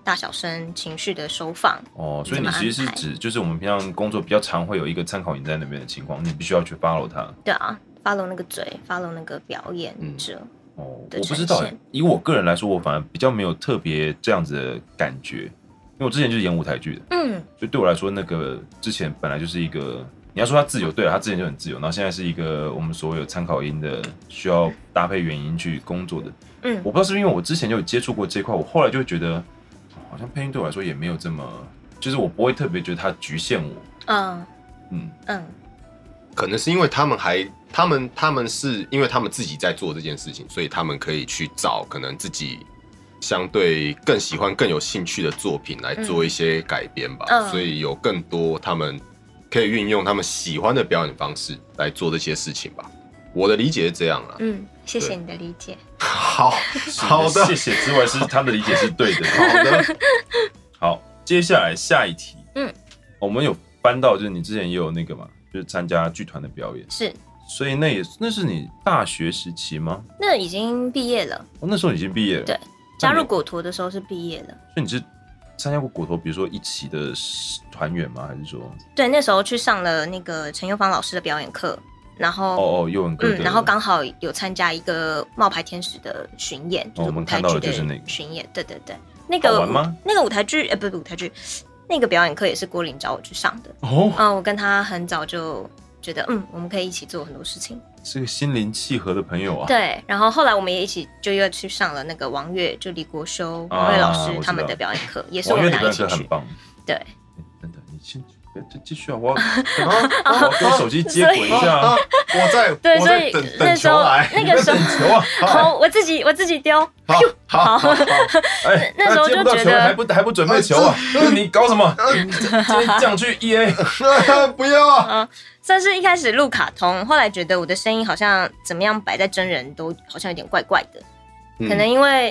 Speaker 6: 大小声、情绪的收放。
Speaker 5: 哦，所以
Speaker 6: 怎
Speaker 5: 你
Speaker 6: 么
Speaker 5: 其实是
Speaker 6: 安排
Speaker 5: 指，就是我们平常工作比较常会有一个参考营在那边的情况，你必须要去 follow 它。
Speaker 6: 对啊，follow 那个嘴，follow 那个表演者。
Speaker 5: 哦，
Speaker 6: 的
Speaker 5: 我不
Speaker 6: 呈
Speaker 5: 知道欸
Speaker 6: 现，
Speaker 5: 以我个人来说，我反而比较没有特别这样子的感觉，因为我之前就是演舞台剧的，
Speaker 6: 嗯，
Speaker 5: 所以对我来说，那个之前本来就是一个，你要说他自由，对了，他之前就很自由，然后现在是一个我们所有参考音的需要搭配原音去工作的。
Speaker 6: 嗯
Speaker 5: 我不知道是不是因为我之前就有接触过这一块，我后来就会觉得，哦好像配音对我来说也没有这么，就是我不会特别觉得它局限我。
Speaker 6: 嗯
Speaker 5: 嗯，
Speaker 6: 嗯，
Speaker 4: 可能是因为他们还，他们他们是因为他们自己在做这件事情，所以他们可以去找可能自己相对更喜欢、更有兴趣的作品来做一些改编吧，
Speaker 6: 嗯
Speaker 4: 所以有更多他们可以运用他们喜欢的表演方式来做这些事情吧。我的理解是这样啦。
Speaker 6: 嗯，谢谢你的理解。
Speaker 4: 好好的，
Speaker 5: 谢谢。之外是他的理解是对的。
Speaker 4: 好的，
Speaker 5: 好，接下来下一题，
Speaker 6: 嗯，
Speaker 5: 我们有翻到就是你之前也有那个嘛，就是参加剧团的表演，
Speaker 6: 是，
Speaker 5: 所以那也那是你大学时期吗？
Speaker 6: 那已经毕业了，
Speaker 5: 哦，那时候已经毕业了。
Speaker 6: 对加入果陀的时候是毕业了。
Speaker 5: 所以你是参加过骨头，比如说一起的团员吗？还是说
Speaker 6: 对，那时候去上了那个陈佑芳老师的表演课，然后
Speaker 5: 哦哦，幼文哥的？
Speaker 6: 嗯，然后刚好有参加一个冒牌天使的巡演，就是
Speaker 5: 哦我们
Speaker 6: 舞台
Speaker 5: 看到
Speaker 6: 剧
Speaker 5: 的就是那
Speaker 6: 的
Speaker 5: 个
Speaker 6: 巡演，对对对，那
Speaker 5: 好
Speaker 6: 个
Speaker 5: 玩
Speaker 6: 舞
Speaker 5: 吗
Speaker 6: 那个舞台剧，呃，不是舞台剧，那个表演课也是郭林找我去上的。
Speaker 5: 哦，
Speaker 6: 嗯，我跟他很早就觉得，嗯，我们可以一起做很多事情。
Speaker 5: 是个心灵契合的朋友啊。
Speaker 6: 对，然后后来我们也一起就又去上了那个王月，就李国修、
Speaker 5: 啊
Speaker 6: 王月老
Speaker 5: 我
Speaker 6: 师
Speaker 5: 知
Speaker 6: 他们
Speaker 5: 道
Speaker 6: 的表演课，也是我
Speaker 5: 王
Speaker 6: 们
Speaker 5: 源的
Speaker 6: 俩
Speaker 5: 表
Speaker 6: 一
Speaker 5: 演
Speaker 6: 起
Speaker 5: 课很
Speaker 6: 去。
Speaker 5: 棒。哎
Speaker 6: 对，
Speaker 5: 等等，你先继继续啊，我要 我要跟手机接轨一下
Speaker 4: 啊
Speaker 5: 啊。
Speaker 4: 我在
Speaker 6: 对，
Speaker 4: 我
Speaker 6: 所
Speaker 4: 在
Speaker 6: 以
Speaker 4: 等
Speaker 6: 那
Speaker 4: 等
Speaker 6: 时
Speaker 4: 球
Speaker 6: 候
Speaker 4: 来，
Speaker 6: 那个时候。
Speaker 5: 球啊，
Speaker 6: 好，我自己我自己丢。
Speaker 4: 好好好，
Speaker 5: 哎，
Speaker 6: 那那时候
Speaker 5: 接不
Speaker 6: 就
Speaker 5: 到
Speaker 6: 觉
Speaker 5: 球
Speaker 6: 得呃
Speaker 5: 还不还不准备球啊？你搞什么？你这这这 样去 E A
Speaker 4: 不要，
Speaker 6: 算是一开始录卡通，后来觉得我的声音好像怎么样摆在真人都好像有点怪怪的，嗯
Speaker 5: 嗯
Speaker 6: 可能因为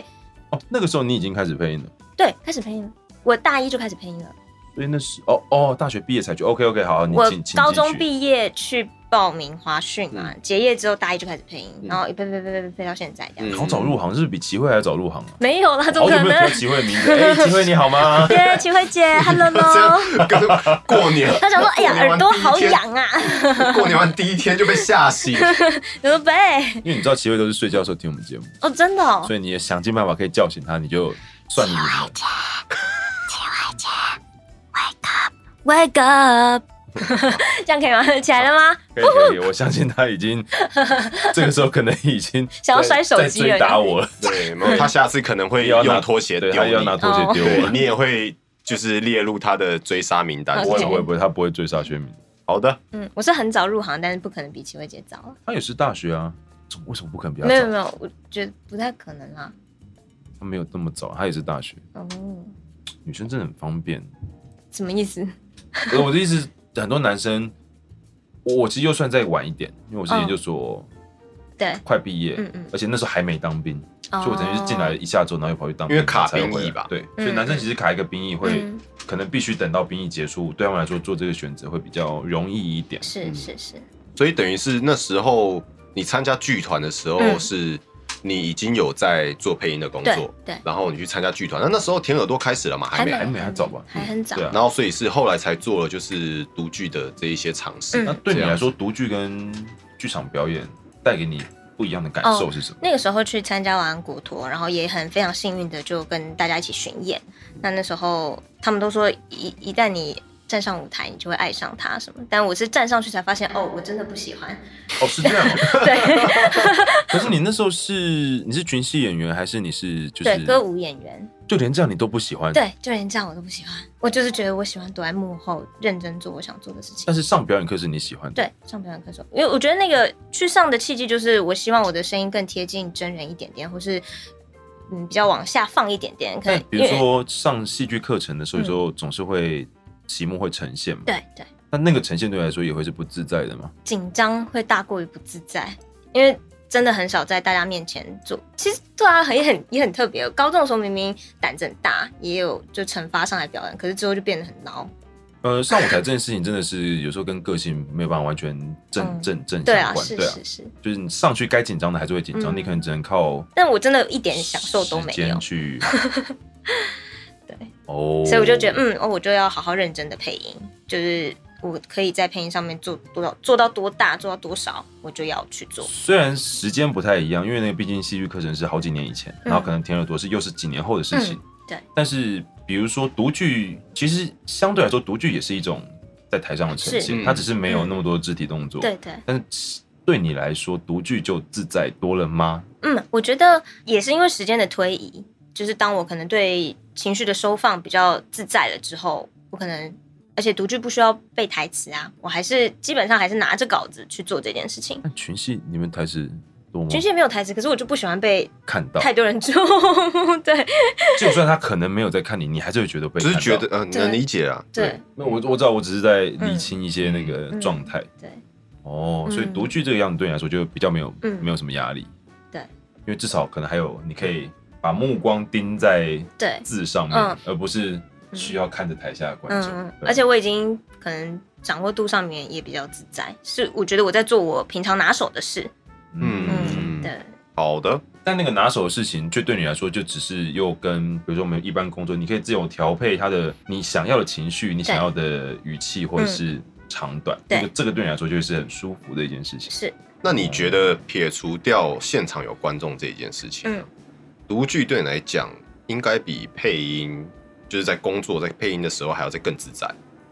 Speaker 5: 哦，那个时候你已经开始配音了，
Speaker 6: 对开始配音了，我大一就开始配音了，
Speaker 5: 所以那是哦哦，大学毕业才去。OK OK，好，你
Speaker 6: 我
Speaker 5: 请嗯请
Speaker 6: 高
Speaker 5: 继续
Speaker 6: 中毕业去报名华讯嘛，结业之后大一就开始配音，
Speaker 5: 嗯
Speaker 6: 然后一配配配配配到现在这样，
Speaker 4: 嗯
Speaker 5: 好早入行，是不是比齐慧还早入行啊？
Speaker 6: 没有啦，怎
Speaker 5: 好
Speaker 6: 么
Speaker 5: 久
Speaker 6: 可
Speaker 5: 没有
Speaker 6: 能
Speaker 5: 提到？齐慧的名字，哎，齐慧你好吗？
Speaker 6: 耶，齐慧姐，Hello
Speaker 5: 啊
Speaker 6: 喽。
Speaker 4: 跟过年，
Speaker 6: 他 想说，哎呀，
Speaker 4: 过年
Speaker 6: 耳
Speaker 4: 完
Speaker 6: 朵
Speaker 4: 第一
Speaker 6: 好
Speaker 4: 天，
Speaker 6: 痒啊！
Speaker 4: 过年完第一天就被吓醒，
Speaker 6: 怎么办？
Speaker 5: 因为你知道齐慧都是睡觉的时候听我们节目，
Speaker 6: 哦，真的哦
Speaker 5: 所，以你也想尽办法可以叫醒他，你就算你赢了。
Speaker 6: Wake up，这样可以吗？起来了吗？
Speaker 5: 可以可以，我相信他 已经这个时候可能已经
Speaker 6: 想要摔
Speaker 5: 在
Speaker 6: 手机了
Speaker 5: 在追打我了，
Speaker 4: 对，没有他下次可能会
Speaker 5: 要拿
Speaker 4: 用拖鞋
Speaker 5: 对，
Speaker 4: 丢
Speaker 5: 他
Speaker 4: 你，
Speaker 5: 要拿拖
Speaker 6: 哦
Speaker 5: 鞋丢我
Speaker 4: 对。你也会就是列入他的追杀名单。
Speaker 5: 不会
Speaker 6: OK
Speaker 5: 不会不会，他不会追杀薛明，
Speaker 4: 好的，
Speaker 6: 嗯，我是很早入行，但是不可能比齐慧姐早啊。
Speaker 5: 他也是大学啊，怎么为什么不肯比他
Speaker 6: 没有没
Speaker 5: 早？
Speaker 6: 有，我觉得不太可能啦。
Speaker 5: 他没有那么早，他也是大学。
Speaker 6: 哦，
Speaker 5: 女生真的很方便。
Speaker 6: 什么意思？
Speaker 5: 可是我的意思，很多男生，我我其实就算再晚一点，因为我是研究所
Speaker 6: 对，
Speaker 5: 快毕业，
Speaker 6: 嗯嗯嗯
Speaker 5: 而且那时候还没当兵，
Speaker 6: 哦
Speaker 5: 所以我等于是进来一下之后，然后又跑去当
Speaker 4: 因为卡
Speaker 5: 才
Speaker 4: 兵
Speaker 5: 回来
Speaker 4: 役吧
Speaker 5: 对，
Speaker 6: 嗯
Speaker 5: 所以男生其实卡一个兵役会，
Speaker 6: 嗯
Speaker 5: 可能必须等到兵役结束，对他们来说做这个选择会比较容易一点。
Speaker 6: 是是是，
Speaker 4: 所以等于是那时候你参加剧团的时候
Speaker 6: 嗯
Speaker 4: 是。你已经有在做配音的工
Speaker 6: 对
Speaker 4: 作，
Speaker 6: 对，
Speaker 4: 然后你去参加剧团，那那时候天耳朵开始了嘛？还没，
Speaker 5: 还没还早吧
Speaker 6: 还很早
Speaker 5: 对。啊，
Speaker 4: 然后所以是后来才做了就是独剧的这一些尝
Speaker 6: 嗯
Speaker 4: 试。
Speaker 5: 那对你来说，独剧跟剧场表演带给你不一样的感受是什么？
Speaker 6: 那个时候去参加完国托，然后也很非常幸运的就跟大家一起巡演。那那时候他们都说一一旦你站上舞台，你就会爱上它什么。但我是站上去才发现，
Speaker 5: 嗯
Speaker 6: 哦，我真的不喜欢。
Speaker 5: 哦，是这样哦。
Speaker 6: 对
Speaker 5: 可是你那时候是你是群戏演员，还是你是就
Speaker 6: 对，歌
Speaker 5: 是
Speaker 6: 舞演员，
Speaker 5: 就连这样你都不喜欢？
Speaker 6: 对，就连这样我都不喜欢。我就是觉得我喜欢躲在幕后，认真做我想做的事情。
Speaker 5: 但是上表演课是你喜欢的。
Speaker 6: 对，上表演课手，因为我觉得那个去上的契机就是，我希望我的声音更贴近真人一点点，或是嗯比较往下放一点点，可
Speaker 5: 但
Speaker 6: 能
Speaker 5: 比如
Speaker 6: 因为
Speaker 5: 说上戏剧课程的时候，有
Speaker 6: 嗯
Speaker 5: 时候总是会题目会呈现嘛，
Speaker 6: 对对
Speaker 5: 那那个呈现对你来说也会是不自在的嘛？
Speaker 6: 紧张会大过于不自在，因为真的很少在大家面前做。其实对啊，很也很也很特别。高中的时候明明胆子很大，也有就惩罚上来表演，可是之后就变得很孬。
Speaker 5: 呃，上舞台这件事情真的是有时候跟个性没有办法完全正
Speaker 6: 嗯
Speaker 5: 正正
Speaker 6: 对啊
Speaker 5: 相，关，
Speaker 6: 是是是。
Speaker 5: 就是你上去该紧张的还是会紧张，
Speaker 6: 嗯
Speaker 5: 你可能只能靠
Speaker 6: 但我真的一点享受都没
Speaker 5: 时
Speaker 6: 有
Speaker 5: 间，去
Speaker 6: 对。
Speaker 5: 哦，
Speaker 6: 所以我就觉得，嗯，哦，我就要好好认真的配音，就是我可以在配音上面做多少，做到多大，做到多少，我就要去做。
Speaker 5: 虽然时间不太一样，因为那个毕竟戏剧课程是好几年以前，
Speaker 6: 嗯
Speaker 5: 然后可能天乐多是又是几年后的事情。
Speaker 6: 嗯对。
Speaker 5: 但是比如说独剧，其实相对来说独剧也是一种在台上的呈现，
Speaker 4: 是
Speaker 5: 它只是没有那么多肢体动作。
Speaker 6: 嗯对。对，
Speaker 5: 但是对你来说，独剧就自在多了吗？
Speaker 6: 嗯，我觉得也是因为时间的推移，就是当我可能对情绪的收放比较自在了之后，我可能而且独剧不需要背台词啊，我还是基本上还是拿着稿子去做这件事情。
Speaker 5: 但群戏你们台词多吗？
Speaker 6: 军训没有台词，可是我就不喜欢被
Speaker 5: 看到，
Speaker 6: 太多人 注目。对
Speaker 5: 就算他可能没有在看你，你还是会觉得被
Speaker 4: 只
Speaker 5: 看
Speaker 4: 是
Speaker 5: 到。
Speaker 4: 觉得，嗯、
Speaker 6: 对
Speaker 4: 能理解啊。
Speaker 6: 对
Speaker 5: 那我我知道，我只是在理清一些那个
Speaker 6: 嗯
Speaker 5: 状态。
Speaker 6: 对，
Speaker 5: 哦，
Speaker 6: 嗯
Speaker 5: 所以独居这个样子对你来说就比较没有、
Speaker 6: 嗯
Speaker 5: 没有什么压力，
Speaker 6: 对，
Speaker 5: 因为至少可能还有你可以把目光盯在
Speaker 6: 对
Speaker 5: 字上面，
Speaker 6: 嗯
Speaker 5: 而不是需要看着台下的观众。
Speaker 6: 嗯，
Speaker 5: 对
Speaker 6: 而且我已经可能掌握度上面也比较自在，是我觉得我在做我平常拿手的事。
Speaker 4: 嗯
Speaker 6: 嗯，对，
Speaker 4: 好的，
Speaker 5: 但那个拿手的事情，就对你来说，就只是又跟比如说我们一般工作，你可以自由调配它的你想要的情绪、你想要的语气或者是长短，
Speaker 6: 嗯对
Speaker 5: 这个这个对你来说就是很舒服的一件事情。
Speaker 6: 是，
Speaker 4: 那你觉得撇除掉现场有观众这一件事情，啊
Speaker 6: 嗯
Speaker 4: 独剧对你来讲应该比配音，就是在工作在配音的时候还要再更自在，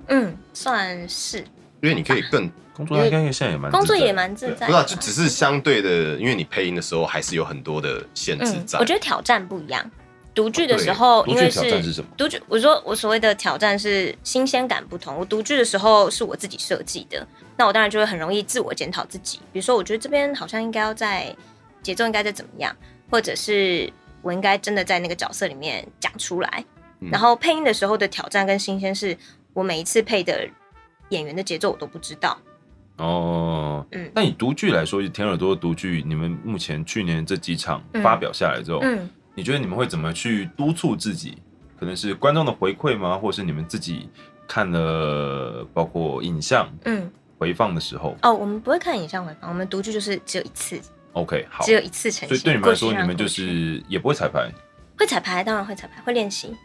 Speaker 6: 嗯，算是
Speaker 4: 因为你可以
Speaker 6: 啊
Speaker 4: 更
Speaker 5: 工作应该现在也蛮
Speaker 6: 工作
Speaker 5: 自在的
Speaker 6: 也蛮自
Speaker 5: 对
Speaker 6: 在的吧，
Speaker 4: 不是、啊，就只是相对的，因为你配音的时候还是有很多的限制
Speaker 6: 嗯
Speaker 4: 在。，
Speaker 6: 我觉得挑战不一样。独剧的时候，
Speaker 5: 哦对
Speaker 6: 因为
Speaker 5: 独剧挑战是什么
Speaker 6: 独剧，我说我所谓的挑战是新鲜感不同。我独剧的时候是我自己设计的，那我当然就会很容易自我检讨自己。比如说，我觉得这边好像应该要在节奏应该再怎么样，或者是我应该真的在那个角色里面讲出来。
Speaker 4: 嗯
Speaker 6: 然后配音的时候的挑战跟新鲜是，我每一次配的演员的节奏我都不知道。
Speaker 5: 哦，
Speaker 6: 嗯
Speaker 5: 那以独剧来说，以天耳朵的独剧，你们目前去年这几场
Speaker 6: 嗯
Speaker 5: 发表下来之后，
Speaker 6: 嗯
Speaker 5: 你觉得你们会怎么去督促自己？可能是观众的回馈吗？或者是你们自己看了包括影像
Speaker 6: 嗯，
Speaker 5: 回放的时候
Speaker 6: 哦，我们不会看影像回放，我们独剧就是只有一次，
Speaker 5: ？OK，好
Speaker 6: 只。有一次呈现。
Speaker 5: 所以对你们来说，
Speaker 6: 过去
Speaker 5: 你
Speaker 6: 让
Speaker 5: 们就
Speaker 6: 过去
Speaker 5: 是也不会彩排，
Speaker 6: 会彩排，当然会彩排，会练习。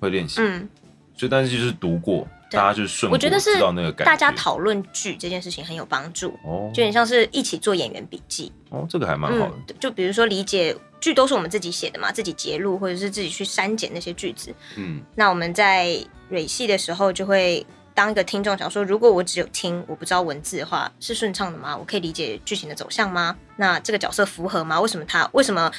Speaker 5: 会练习，
Speaker 6: 嗯，
Speaker 5: 所以但是就是读过，
Speaker 6: 对
Speaker 5: 大家就是顺过，
Speaker 6: 我觉得是
Speaker 5: 知道那个感觉。
Speaker 6: 大家讨论剧这件事情很有帮助，
Speaker 5: 哦
Speaker 6: 就有点像是一起做演员笔记。
Speaker 5: 哦，这个还蛮好
Speaker 6: 嗯
Speaker 5: 的。，
Speaker 6: 就比如说理解剧都是我们自己写的嘛，自己截录或者是自己去删减那些句子。
Speaker 4: 嗯，
Speaker 6: 那我们在蕊戏的时候就会。当一个听众想说，如果我只有听，我不知道文字的话，是顺畅的吗？我可以理解剧情的走向吗？那这个角色符合吗？为什么他为什么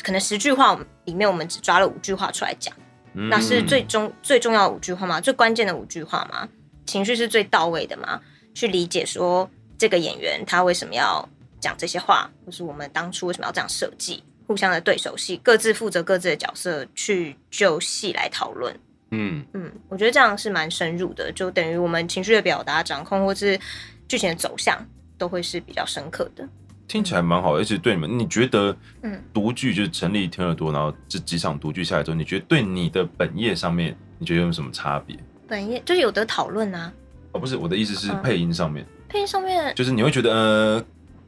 Speaker 6: 可能十句话我们里面我们只抓了五句话出来讲？
Speaker 5: 嗯
Speaker 6: 那是最重最重要的五句话吗？最关键的五句话吗？情绪是最到位的吗？去理解说这个演员他为什么要讲这些话，或是我们当初为什么要这样设计，互相的对手戏，各自负责各自的角色去就戏来讨论，
Speaker 4: 嗯，
Speaker 6: 嗯，我觉得这样是蛮深入的，就等于我们情绪的表达、掌控，或是剧情的走向，都会是比较深刻的。
Speaker 5: 听起来蛮好，而且对你们，你觉得，
Speaker 6: 嗯
Speaker 5: 嗯，独剧就是成立天乐多，然后这几场独剧下来之后，你觉得对你的本业上面，你觉得有什么差别？
Speaker 6: 本页就是有得讨论啊，
Speaker 5: 哦，不是，我的意思是
Speaker 6: 嗯
Speaker 5: 配音上面，
Speaker 6: 配音上面
Speaker 5: 就是你会觉得，呃，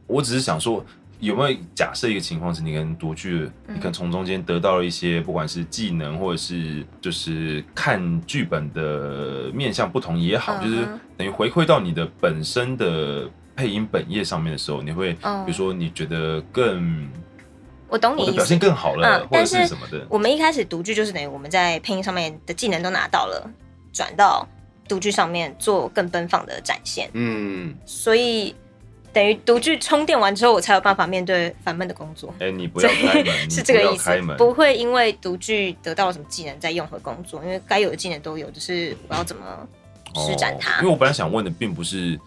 Speaker 5: 我只是想说，有没有假设一个情况是，你可能独剧，
Speaker 6: 嗯
Speaker 5: 你可能从中间得到了一些，不管是技能或者是就是看剧本的面向不同也好，
Speaker 6: 嗯哼
Speaker 5: 就是等于回馈到你的本身的配音本业上面的时候，你会，
Speaker 6: 嗯
Speaker 5: 比如说你觉得更。
Speaker 6: 我懂你
Speaker 5: 我的
Speaker 6: 意
Speaker 5: 表
Speaker 6: 思
Speaker 5: 现。更好了，
Speaker 6: 嗯
Speaker 5: 或者
Speaker 6: 但
Speaker 5: 是
Speaker 6: 是
Speaker 5: 什么的。
Speaker 6: 我们一开始读剧就是等于我们在配音上面的技能都拿到了，转到读剧上面做更奔放的展现，
Speaker 4: 嗯，
Speaker 6: 所以等于读剧充电完之后，我才有办法面对烦闷的工作。
Speaker 5: 哎、你不要 开门，
Speaker 6: 是这个
Speaker 5: 你不
Speaker 6: 意
Speaker 5: 要开
Speaker 6: 思，
Speaker 5: 门。哦
Speaker 6: 不会因为读剧得到了什么技能再用回工作，因为该有的技能都有，只是我要怎么施展它。
Speaker 5: 哦因为我本来想问的并不是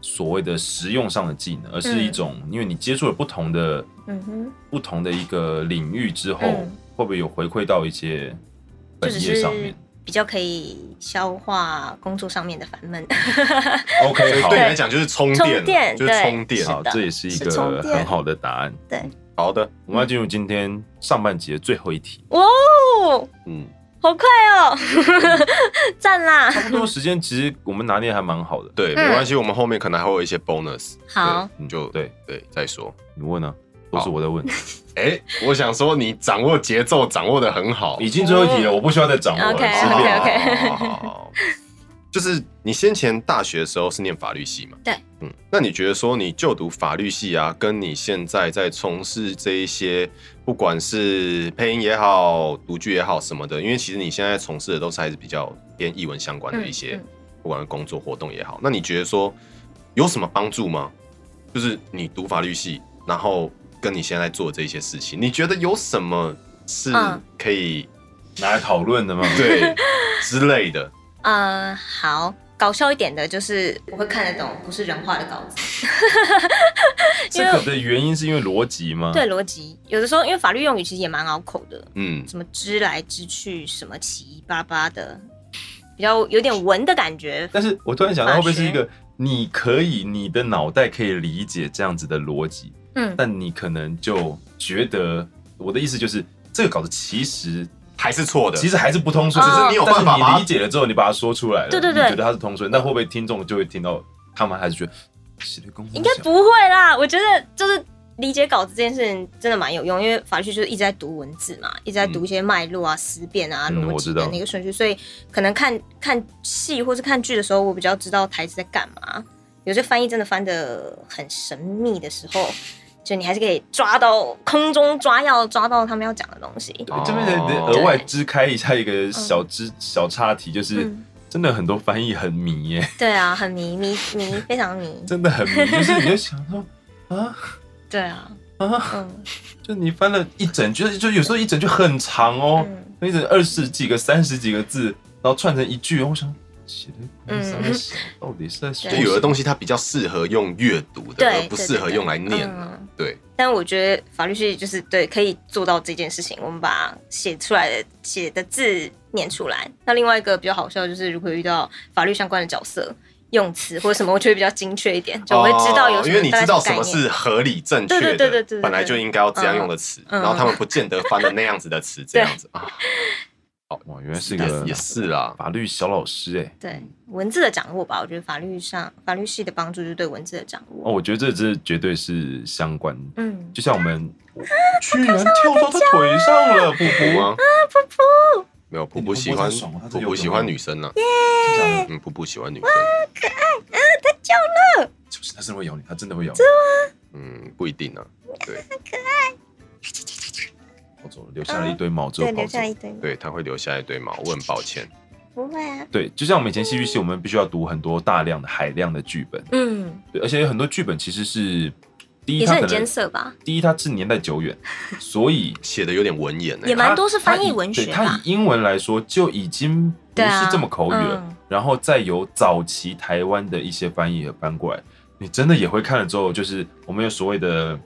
Speaker 5: 所谓的实用上的技能，而是一种、因为你接触了不同的
Speaker 6: 嗯哼，
Speaker 5: 不同的一个领域之后，
Speaker 6: 嗯
Speaker 5: 会不会有回馈到一些
Speaker 6: 就
Speaker 5: 本
Speaker 6: 只
Speaker 5: 业
Speaker 6: 是
Speaker 5: 上面
Speaker 6: 比较可以消化工作上面的烦 闷。
Speaker 5: ？OK，好
Speaker 4: 对你，来讲就是充
Speaker 6: 充
Speaker 4: 电
Speaker 6: 电
Speaker 4: 了，就是
Speaker 6: 对
Speaker 4: 充电。
Speaker 5: 好，
Speaker 6: 的
Speaker 5: 这也是一
Speaker 6: 是充
Speaker 5: 个
Speaker 6: 电嗯
Speaker 5: 很好的答案。
Speaker 4: 好的，
Speaker 5: 我们要进入今天上半节最后一 题，
Speaker 6: 哦，
Speaker 4: 嗯，
Speaker 6: 好快哦， 赞啦！
Speaker 5: 差不多时间其实我们拿捏还蛮好的。
Speaker 4: 对，没关系，我们后面可能还会有一些 bonus。
Speaker 6: 嗯好，
Speaker 4: 你就
Speaker 5: 对
Speaker 4: 对再说。
Speaker 5: 你问啊，都是
Speaker 4: 好
Speaker 5: 我在问，
Speaker 4: 哎，我想说你掌握节奏掌握的很好，
Speaker 5: 已经最后一题了，我不需要再掌握了，
Speaker 4: 啊
Speaker 6: OK，OK，OK
Speaker 5: 随便
Speaker 6: OK，OK
Speaker 4: 好就是你先前大学的时候是念法律系嘛？
Speaker 6: 对，
Speaker 4: 嗯，那你觉得说你就读法律系啊，跟你现在在从事这一些，不管是配音也好、读剧也好什么的，因为其实你现在从事的都是还是比较偏译文相关的一些，
Speaker 6: 嗯嗯
Speaker 4: 不管是工作活动也好，那你觉得说有什么帮助吗？就是你读法律系，然后跟你现在做这些事情，你觉得有什么是
Speaker 6: 嗯
Speaker 4: 可以、
Speaker 5: 拿来讨论的嘛。
Speaker 4: 对之类的？
Speaker 6: 嗯、好，搞笑一点的就是我会看得懂不是人画的稿子，
Speaker 5: 这个的原因是因为逻辑吗？
Speaker 6: 对，逻辑，有的时候因为法律用语其实也蛮拗口的，
Speaker 4: 嗯
Speaker 6: 什么支来支去，什么七巴巴的，比较有点文的感觉。
Speaker 5: 但是我突然想到，
Speaker 6: 法
Speaker 5: 会不会是
Speaker 6: 学
Speaker 5: 一个你可以，你的脑袋可以理解这样子的逻辑，
Speaker 6: 嗯，
Speaker 5: 但你可能就觉得，我的意思就是，这个稿子其实
Speaker 4: 还是错的，
Speaker 5: 其实还是不通顺，
Speaker 6: 只是
Speaker 5: 但
Speaker 4: 你有办法把它
Speaker 5: 你理解了之后，你把它说出来了，
Speaker 6: 对对
Speaker 5: 你
Speaker 6: 对
Speaker 5: 觉得它是通顺，那会不会听众就会听到，他们还是觉得写的公
Speaker 6: 应该不会啦。我觉得就是理解稿子这件事情真的蛮有用，因为法律就是一直在读文字嘛，一直在读一些脉络啊、思辨啊、
Speaker 5: 嗯
Speaker 6: 逻
Speaker 5: 我
Speaker 6: 辑
Speaker 5: 知
Speaker 6: 的
Speaker 5: 道
Speaker 6: 那个顺序，所以可能看看戏或是看剧的时候，我比较知道台词在干嘛。有些翻译真的翻的很神秘的时候，就你还是可以抓到空中抓药，抓到他们要讲的东西。
Speaker 5: 对这边得得
Speaker 4: 哦
Speaker 5: 额外支开一下一个小支小岔题，就是
Speaker 6: 嗯
Speaker 5: 真的很多翻译很 迷耶，
Speaker 6: 对啊，很迷迷迷，非常迷。
Speaker 5: 真的很迷，就是你就想说啊。
Speaker 6: 对啊，
Speaker 5: 啊，
Speaker 6: 嗯
Speaker 5: 就你翻了一整句，就有时候一整句很长哦，
Speaker 6: 嗯
Speaker 5: 那一整二十几个、三十几个字，然后串成一句，我想写的公司在想到底是在
Speaker 4: 就
Speaker 5: 说
Speaker 6: 嗯
Speaker 5: 什 么
Speaker 4: 有的东西它比较适合用阅读的，
Speaker 6: 对嗯
Speaker 4: 而不适合用来念的。对，
Speaker 6: 但我觉得法律系就是对可以做到这件事情，我们把写出来的写的字念出来。那另外一个比较好笑的就是，如果遇到法律相关的角色用词或者什么，我觉得比较精确一点，就我会知道有
Speaker 4: 哦
Speaker 6: 什
Speaker 4: 因
Speaker 6: 么
Speaker 4: 为你知道什
Speaker 6: 大概
Speaker 4: 么
Speaker 6: 概念
Speaker 4: 是合理正确的，
Speaker 6: 对对对对对对对
Speaker 4: 本来就应该要这样用的词，
Speaker 6: 嗯嗯
Speaker 4: 然后他们不见得翻的那样子的 词，这样子 啊，
Speaker 5: 哇，原来是
Speaker 4: 这
Speaker 5: 一个
Speaker 4: 也是啦。
Speaker 5: 法律小老师哎、
Speaker 6: 对文字的掌握吧。我觉得法律上法律系的帮助就是对文字的掌握。
Speaker 5: 哦，我觉得这这绝对是相关，
Speaker 6: 嗯，
Speaker 5: 就像我们居然跳到他腿上了，不
Speaker 4: 普
Speaker 5: 不
Speaker 4: 吗
Speaker 5: 啊，？
Speaker 6: 噗
Speaker 4: 没有，普
Speaker 5: 你
Speaker 4: 普
Speaker 5: 摸
Speaker 4: 喜
Speaker 5: 摸
Speaker 4: 欢
Speaker 5: 它爽吗它
Speaker 4: 普
Speaker 5: 真的
Speaker 4: 普
Speaker 5: 有
Speaker 4: 喜
Speaker 5: 用
Speaker 4: 欢
Speaker 5: 吗
Speaker 4: 女生呢，
Speaker 5: 这样
Speaker 4: 嗯，普普喜欢女生，
Speaker 5: 就是他真的会咬你，他真的会咬你，
Speaker 4: 嗯，不一定啊，对
Speaker 5: 跑走了，留下了一堆毛之后
Speaker 6: 对，
Speaker 5: 跑
Speaker 6: 留
Speaker 5: 走
Speaker 6: 下。一堆。
Speaker 4: 对，他会留下一堆毛，我很抱歉，
Speaker 6: 不会啊。
Speaker 5: 对，就像我们以前戏剧系，我们必须要读很多大量的海量的剧本，
Speaker 6: 嗯，
Speaker 5: 对，而且有很多剧本其实是第一，
Speaker 6: 也是
Speaker 5: 它可
Speaker 6: 很
Speaker 5: 能
Speaker 6: 艰涩吧？
Speaker 5: 第一它是年代 久远，所以
Speaker 4: 写的有点文言欸呢
Speaker 6: 也，蛮多是翻译
Speaker 5: 它以
Speaker 6: 文学
Speaker 5: 对
Speaker 6: 吧
Speaker 5: 它以英文来说就已经不
Speaker 6: 对啊
Speaker 5: 是这么口语了，
Speaker 6: 嗯
Speaker 5: 然后再由早期台湾的一些翻译也搬过来，你真的也会看了之后，就是我们有所谓的。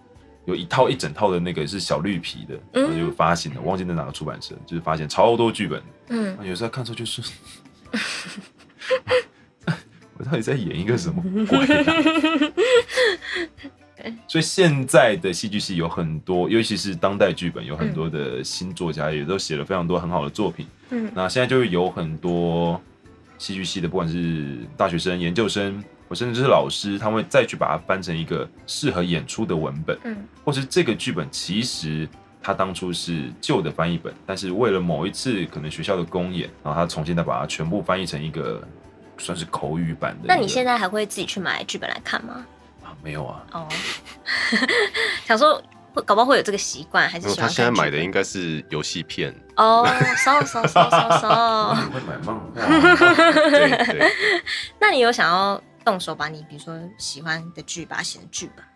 Speaker 5: 有一套一整套的那个是小绿皮的，
Speaker 6: 嗯
Speaker 5: 呃然后就发行的，忘记在哪个出版社，就是发行超多剧本，
Speaker 6: 嗯
Speaker 5: 啊，有时候看错就是，我到底在演一个什么鬼、啊？ 所以现在的戏剧系有很多，尤其是当代剧本，有很多的新作家也都写了非常多很好的作品。
Speaker 6: 嗯
Speaker 5: 那现在就会有很多戏剧系的，不管是大学生、研究生，我甚至是老师，他们会再去把它翻成一个适合演出的文本。
Speaker 6: 嗯
Speaker 5: 或是这个剧本其实它当初是旧的翻译本，但是为了某一次可能学校的公演，然后他重新再把它全部翻译成一个算是口语版的一
Speaker 6: 那
Speaker 5: 个。
Speaker 6: 你现在还会自己去买剧本来看吗？
Speaker 5: 啊没有啊？
Speaker 6: 哦， 想说会搞不好会有这个习惯，还是
Speaker 4: 因为
Speaker 6: 喜
Speaker 4: 他
Speaker 5: 嗯
Speaker 6: 欢
Speaker 4: 现在
Speaker 6: 看剧
Speaker 4: 买的应该是游戏片，
Speaker 6: 哦，收收收收收。
Speaker 5: 你会买漫画？啊
Speaker 4: 对对，
Speaker 6: 那你有想要动手把你比如说喜欢的剧把它写成剧本吗？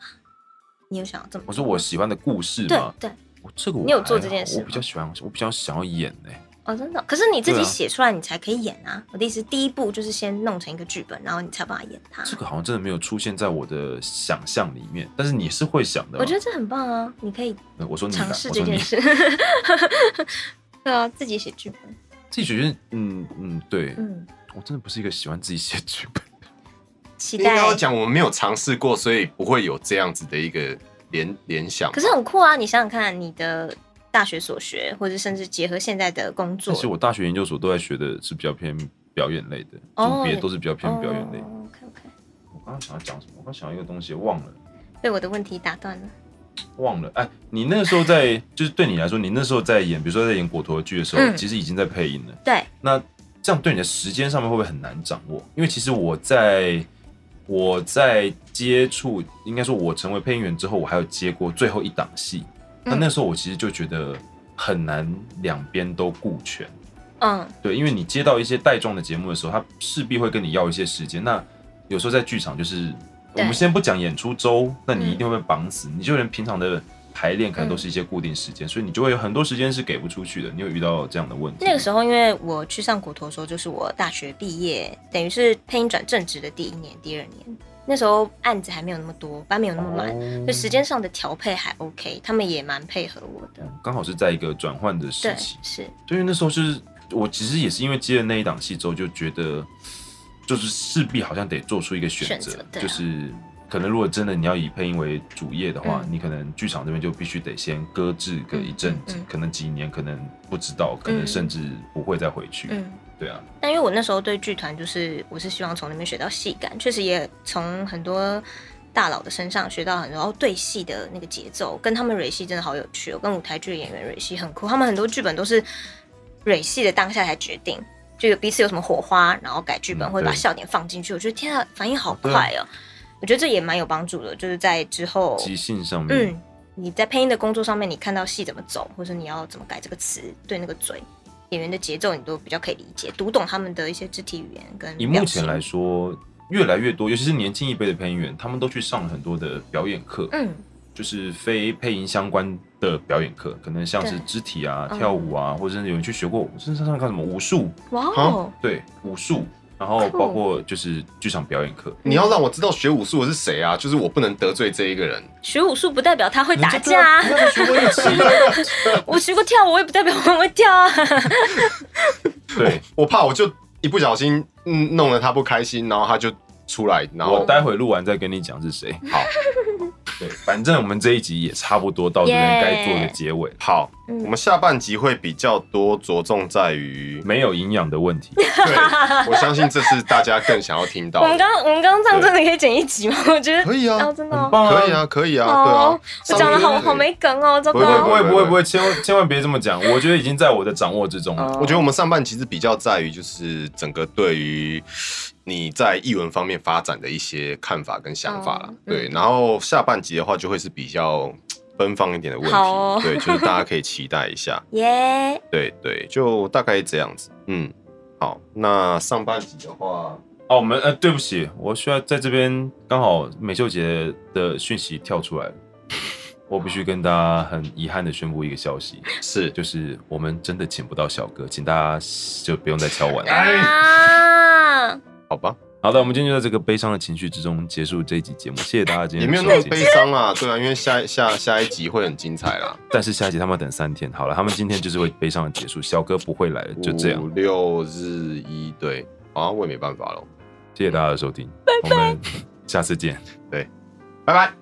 Speaker 6: 你有想要这么
Speaker 5: 我说我喜欢的故事
Speaker 6: 对
Speaker 5: 嘛，
Speaker 6: 对
Speaker 5: 我这个我
Speaker 6: 你有
Speaker 5: 还
Speaker 6: 做这
Speaker 5: 好
Speaker 6: 件事
Speaker 5: 我比较喜欢，我比较想要演呢、
Speaker 6: 哦，真的哦。可是你自
Speaker 5: 对
Speaker 6: 己
Speaker 5: 啊
Speaker 6: 写出来，你才可以演啊。我的意思，第一步就是先弄成一个剧本，然后你才把它演它。
Speaker 5: 这个好像真的没有出现在我的想象里面，但是你是会想的嘛。
Speaker 6: 我觉得这很棒啊，你可以
Speaker 5: 得我说你啦
Speaker 6: 尝试
Speaker 5: 我
Speaker 6: 这
Speaker 5: 说
Speaker 6: 件
Speaker 5: 你
Speaker 6: 事。 对啊，自己写剧本，
Speaker 5: 自己觉得，嗯嗯，对
Speaker 6: 嗯，
Speaker 5: 我真的不是一个喜欢自己写剧本。
Speaker 6: 期
Speaker 4: 应该
Speaker 6: 待。
Speaker 4: 要讲我们没有尝试过，所以不会有这样子的一个联联想。
Speaker 6: 可是很酷啊！你想想看，你的大学所学，或者甚至结合现在的工作
Speaker 5: 但，是我大学研究所都在学的是比较偏表演类的，
Speaker 6: 哦
Speaker 5: 组别都是比较偏表演类。
Speaker 6: 哦，OK OK，
Speaker 5: 我刚刚想要讲什么？我刚想要一个东西忘了，
Speaker 6: 被我的问题打断了。
Speaker 5: 忘了。哎，你那个时候在，就是对你来说，你那时候在演，比如说在演果陀剧的时候，
Speaker 6: 嗯
Speaker 5: 其实已经在配音了。
Speaker 6: 对，
Speaker 5: 那这样对你的时间上面会不会很难掌握？因为其实我在我在接触，应该说我成为配音员之后，我还有接过最后一档戏。那
Speaker 6: 嗯
Speaker 5: 那时候我其实就觉得很难两边都顾全。
Speaker 6: 嗯
Speaker 5: 对，因为你接到一些带状的节目的时候，他势必会跟你要一些时间。那有时候在剧场，就是我
Speaker 6: 对
Speaker 5: 们先不讲演出周，那你
Speaker 6: 嗯
Speaker 5: 一定会被绑死，你就连平常的排练可能都是一些固定时间，所以你就会有很多时间是给不出去的。你有遇到这样的问题吗？
Speaker 6: 那个时候，因为我去上果陀的时候，就是我大学毕业，等于是配音转正职的第一年、第二年。那时候案子还没有那么多，班没有那么满，
Speaker 5: 哦
Speaker 6: 就时间上的调配还 OK，他们也蛮配合我的。
Speaker 5: 哦刚好是在一个转换的时
Speaker 6: 对，
Speaker 5: 期，
Speaker 6: 是，
Speaker 5: 对，因为那时候就是我其实也是因为接了那一档戏之后，就觉得就是势必好像得做出一个选择，
Speaker 6: 选择对啊
Speaker 5: 就是可能如果真的你要以配音为主业的话，
Speaker 6: 嗯
Speaker 5: 你可能剧场这边就必须得先搁置个一阵子，
Speaker 6: 嗯嗯嗯
Speaker 5: 可能几年，可能不知道，可能甚至不会再回去。
Speaker 6: 嗯。
Speaker 5: 对啊，
Speaker 6: 但因为我那时候对剧团就是，我是希望从里面学到戏感，确实也从很多大佬的身上学到很多哦对戏的那个节奏，跟他们蕊戏真的好有趣哦，跟舞台剧的演员蕊戏很酷，他们很多剧本都是蕊戏的当下才决定。就有彼此有什么火花，然后改剧本，
Speaker 5: 嗯
Speaker 6: 会把
Speaker 5: 对
Speaker 6: 笑点放进去。我觉得天啊，反应好快哦！我觉得这也蛮有帮助的，就是在之后
Speaker 5: 即兴上面，
Speaker 6: 嗯，你在配音的工作上面，你看到戏怎么走，或者你要怎么改这个词，对那个嘴演员的节奏，你都比较可以理解，读懂他们的一些肢体语言跟
Speaker 5: 以
Speaker 6: 表
Speaker 5: 目
Speaker 6: 情
Speaker 5: 前来，说，越来越多，尤其是年轻一辈的配音员，他们都去上了很多的表演课。
Speaker 6: 嗯
Speaker 5: 就是非配音相关的表演课，可能像是
Speaker 6: 对
Speaker 5: 肢体啊、
Speaker 6: 嗯
Speaker 5: 跳舞啊，或者甚至有人去学过，甚至上看什么武术，
Speaker 6: 哇哦，
Speaker 5: 对武术，然后
Speaker 6: 酷
Speaker 5: 包括就是剧场表演课，
Speaker 4: 你要让我知道学武术的是谁啊？就是我不能得罪这一个人。
Speaker 6: 学武术不代表他会打
Speaker 5: 人家对啊
Speaker 6: 架、
Speaker 5: 人家去学过一起，
Speaker 6: 我学过跳舞，我也不代表我会跳 啊。
Speaker 5: 对。
Speaker 4: 我怕我就一不小心，嗯，弄得他不开心，然后他就出来，然
Speaker 5: 我
Speaker 6: 哦
Speaker 4: 后
Speaker 5: 待会录完再跟你讲是谁。
Speaker 4: 好，
Speaker 5: 对，反正我们这一集也差不多到这边
Speaker 6: Yeah
Speaker 5: 该做的结尾了，
Speaker 4: 好，
Speaker 6: 嗯
Speaker 4: 我们下半集会比较多着重在 于，
Speaker 5: 没有营养的问题。
Speaker 4: 对，我相信这是大家更想要听到
Speaker 6: 我们
Speaker 4: 的。
Speaker 6: 刚我们刚刚这样真的可以剪一集吗？我觉得
Speaker 4: 可以啊
Speaker 6: 哦，真的、
Speaker 5: 很
Speaker 6: 哦。
Speaker 5: 棒啊！
Speaker 4: 可以啊，可以啊，对啊
Speaker 6: 哦，，我讲的好
Speaker 4: 上次
Speaker 6: 好没梗哦，糟
Speaker 4: 不会
Speaker 5: 不
Speaker 6: 糕！
Speaker 5: 会不会不会，千万千万别这么讲，我觉得已经在我的掌握之中了。
Speaker 4: 我觉得我们上半其实比较在于，就是整个对于你在译文方面发展的一些看法跟想法啦
Speaker 6: 哦。嗯
Speaker 4: 对，然后下半集的话就会是比较奔放一点的问
Speaker 6: 好哦
Speaker 4: 题，对，就是大家可以期待一下。
Speaker 6: 耶，
Speaker 4: 对对，就大概这样子。嗯，好，那上半集的话，
Speaker 5: 哦，我们呃，对不起，我需要在这边刚好美秀姐的讯息跳出来了，我必须跟大家很遗憾的宣布一个消息，
Speaker 4: 是
Speaker 5: 就是我们真
Speaker 6: 哎
Speaker 5: 的请不到小哥，请大家就不用再敲碗了
Speaker 6: 啊，
Speaker 4: 好吧？
Speaker 5: 啊、好的，我们今天就在这个悲伤的情绪之中结束这一集节目，谢谢大家今
Speaker 4: 也
Speaker 5: 天
Speaker 4: 没
Speaker 5: 的
Speaker 4: 有
Speaker 5: 收
Speaker 4: 那么
Speaker 5: 听
Speaker 4: 悲伤啊，对啊，因为下下下一集会很精彩啦，
Speaker 5: 但是下一集他们要等三天，好了，他们今天就是会悲伤的结束，小哥不会来了，就这样
Speaker 4: 五，六日一对，啊，我也没办法了，
Speaker 5: 谢谢大家的收听，我们下次见。
Speaker 4: 拜拜。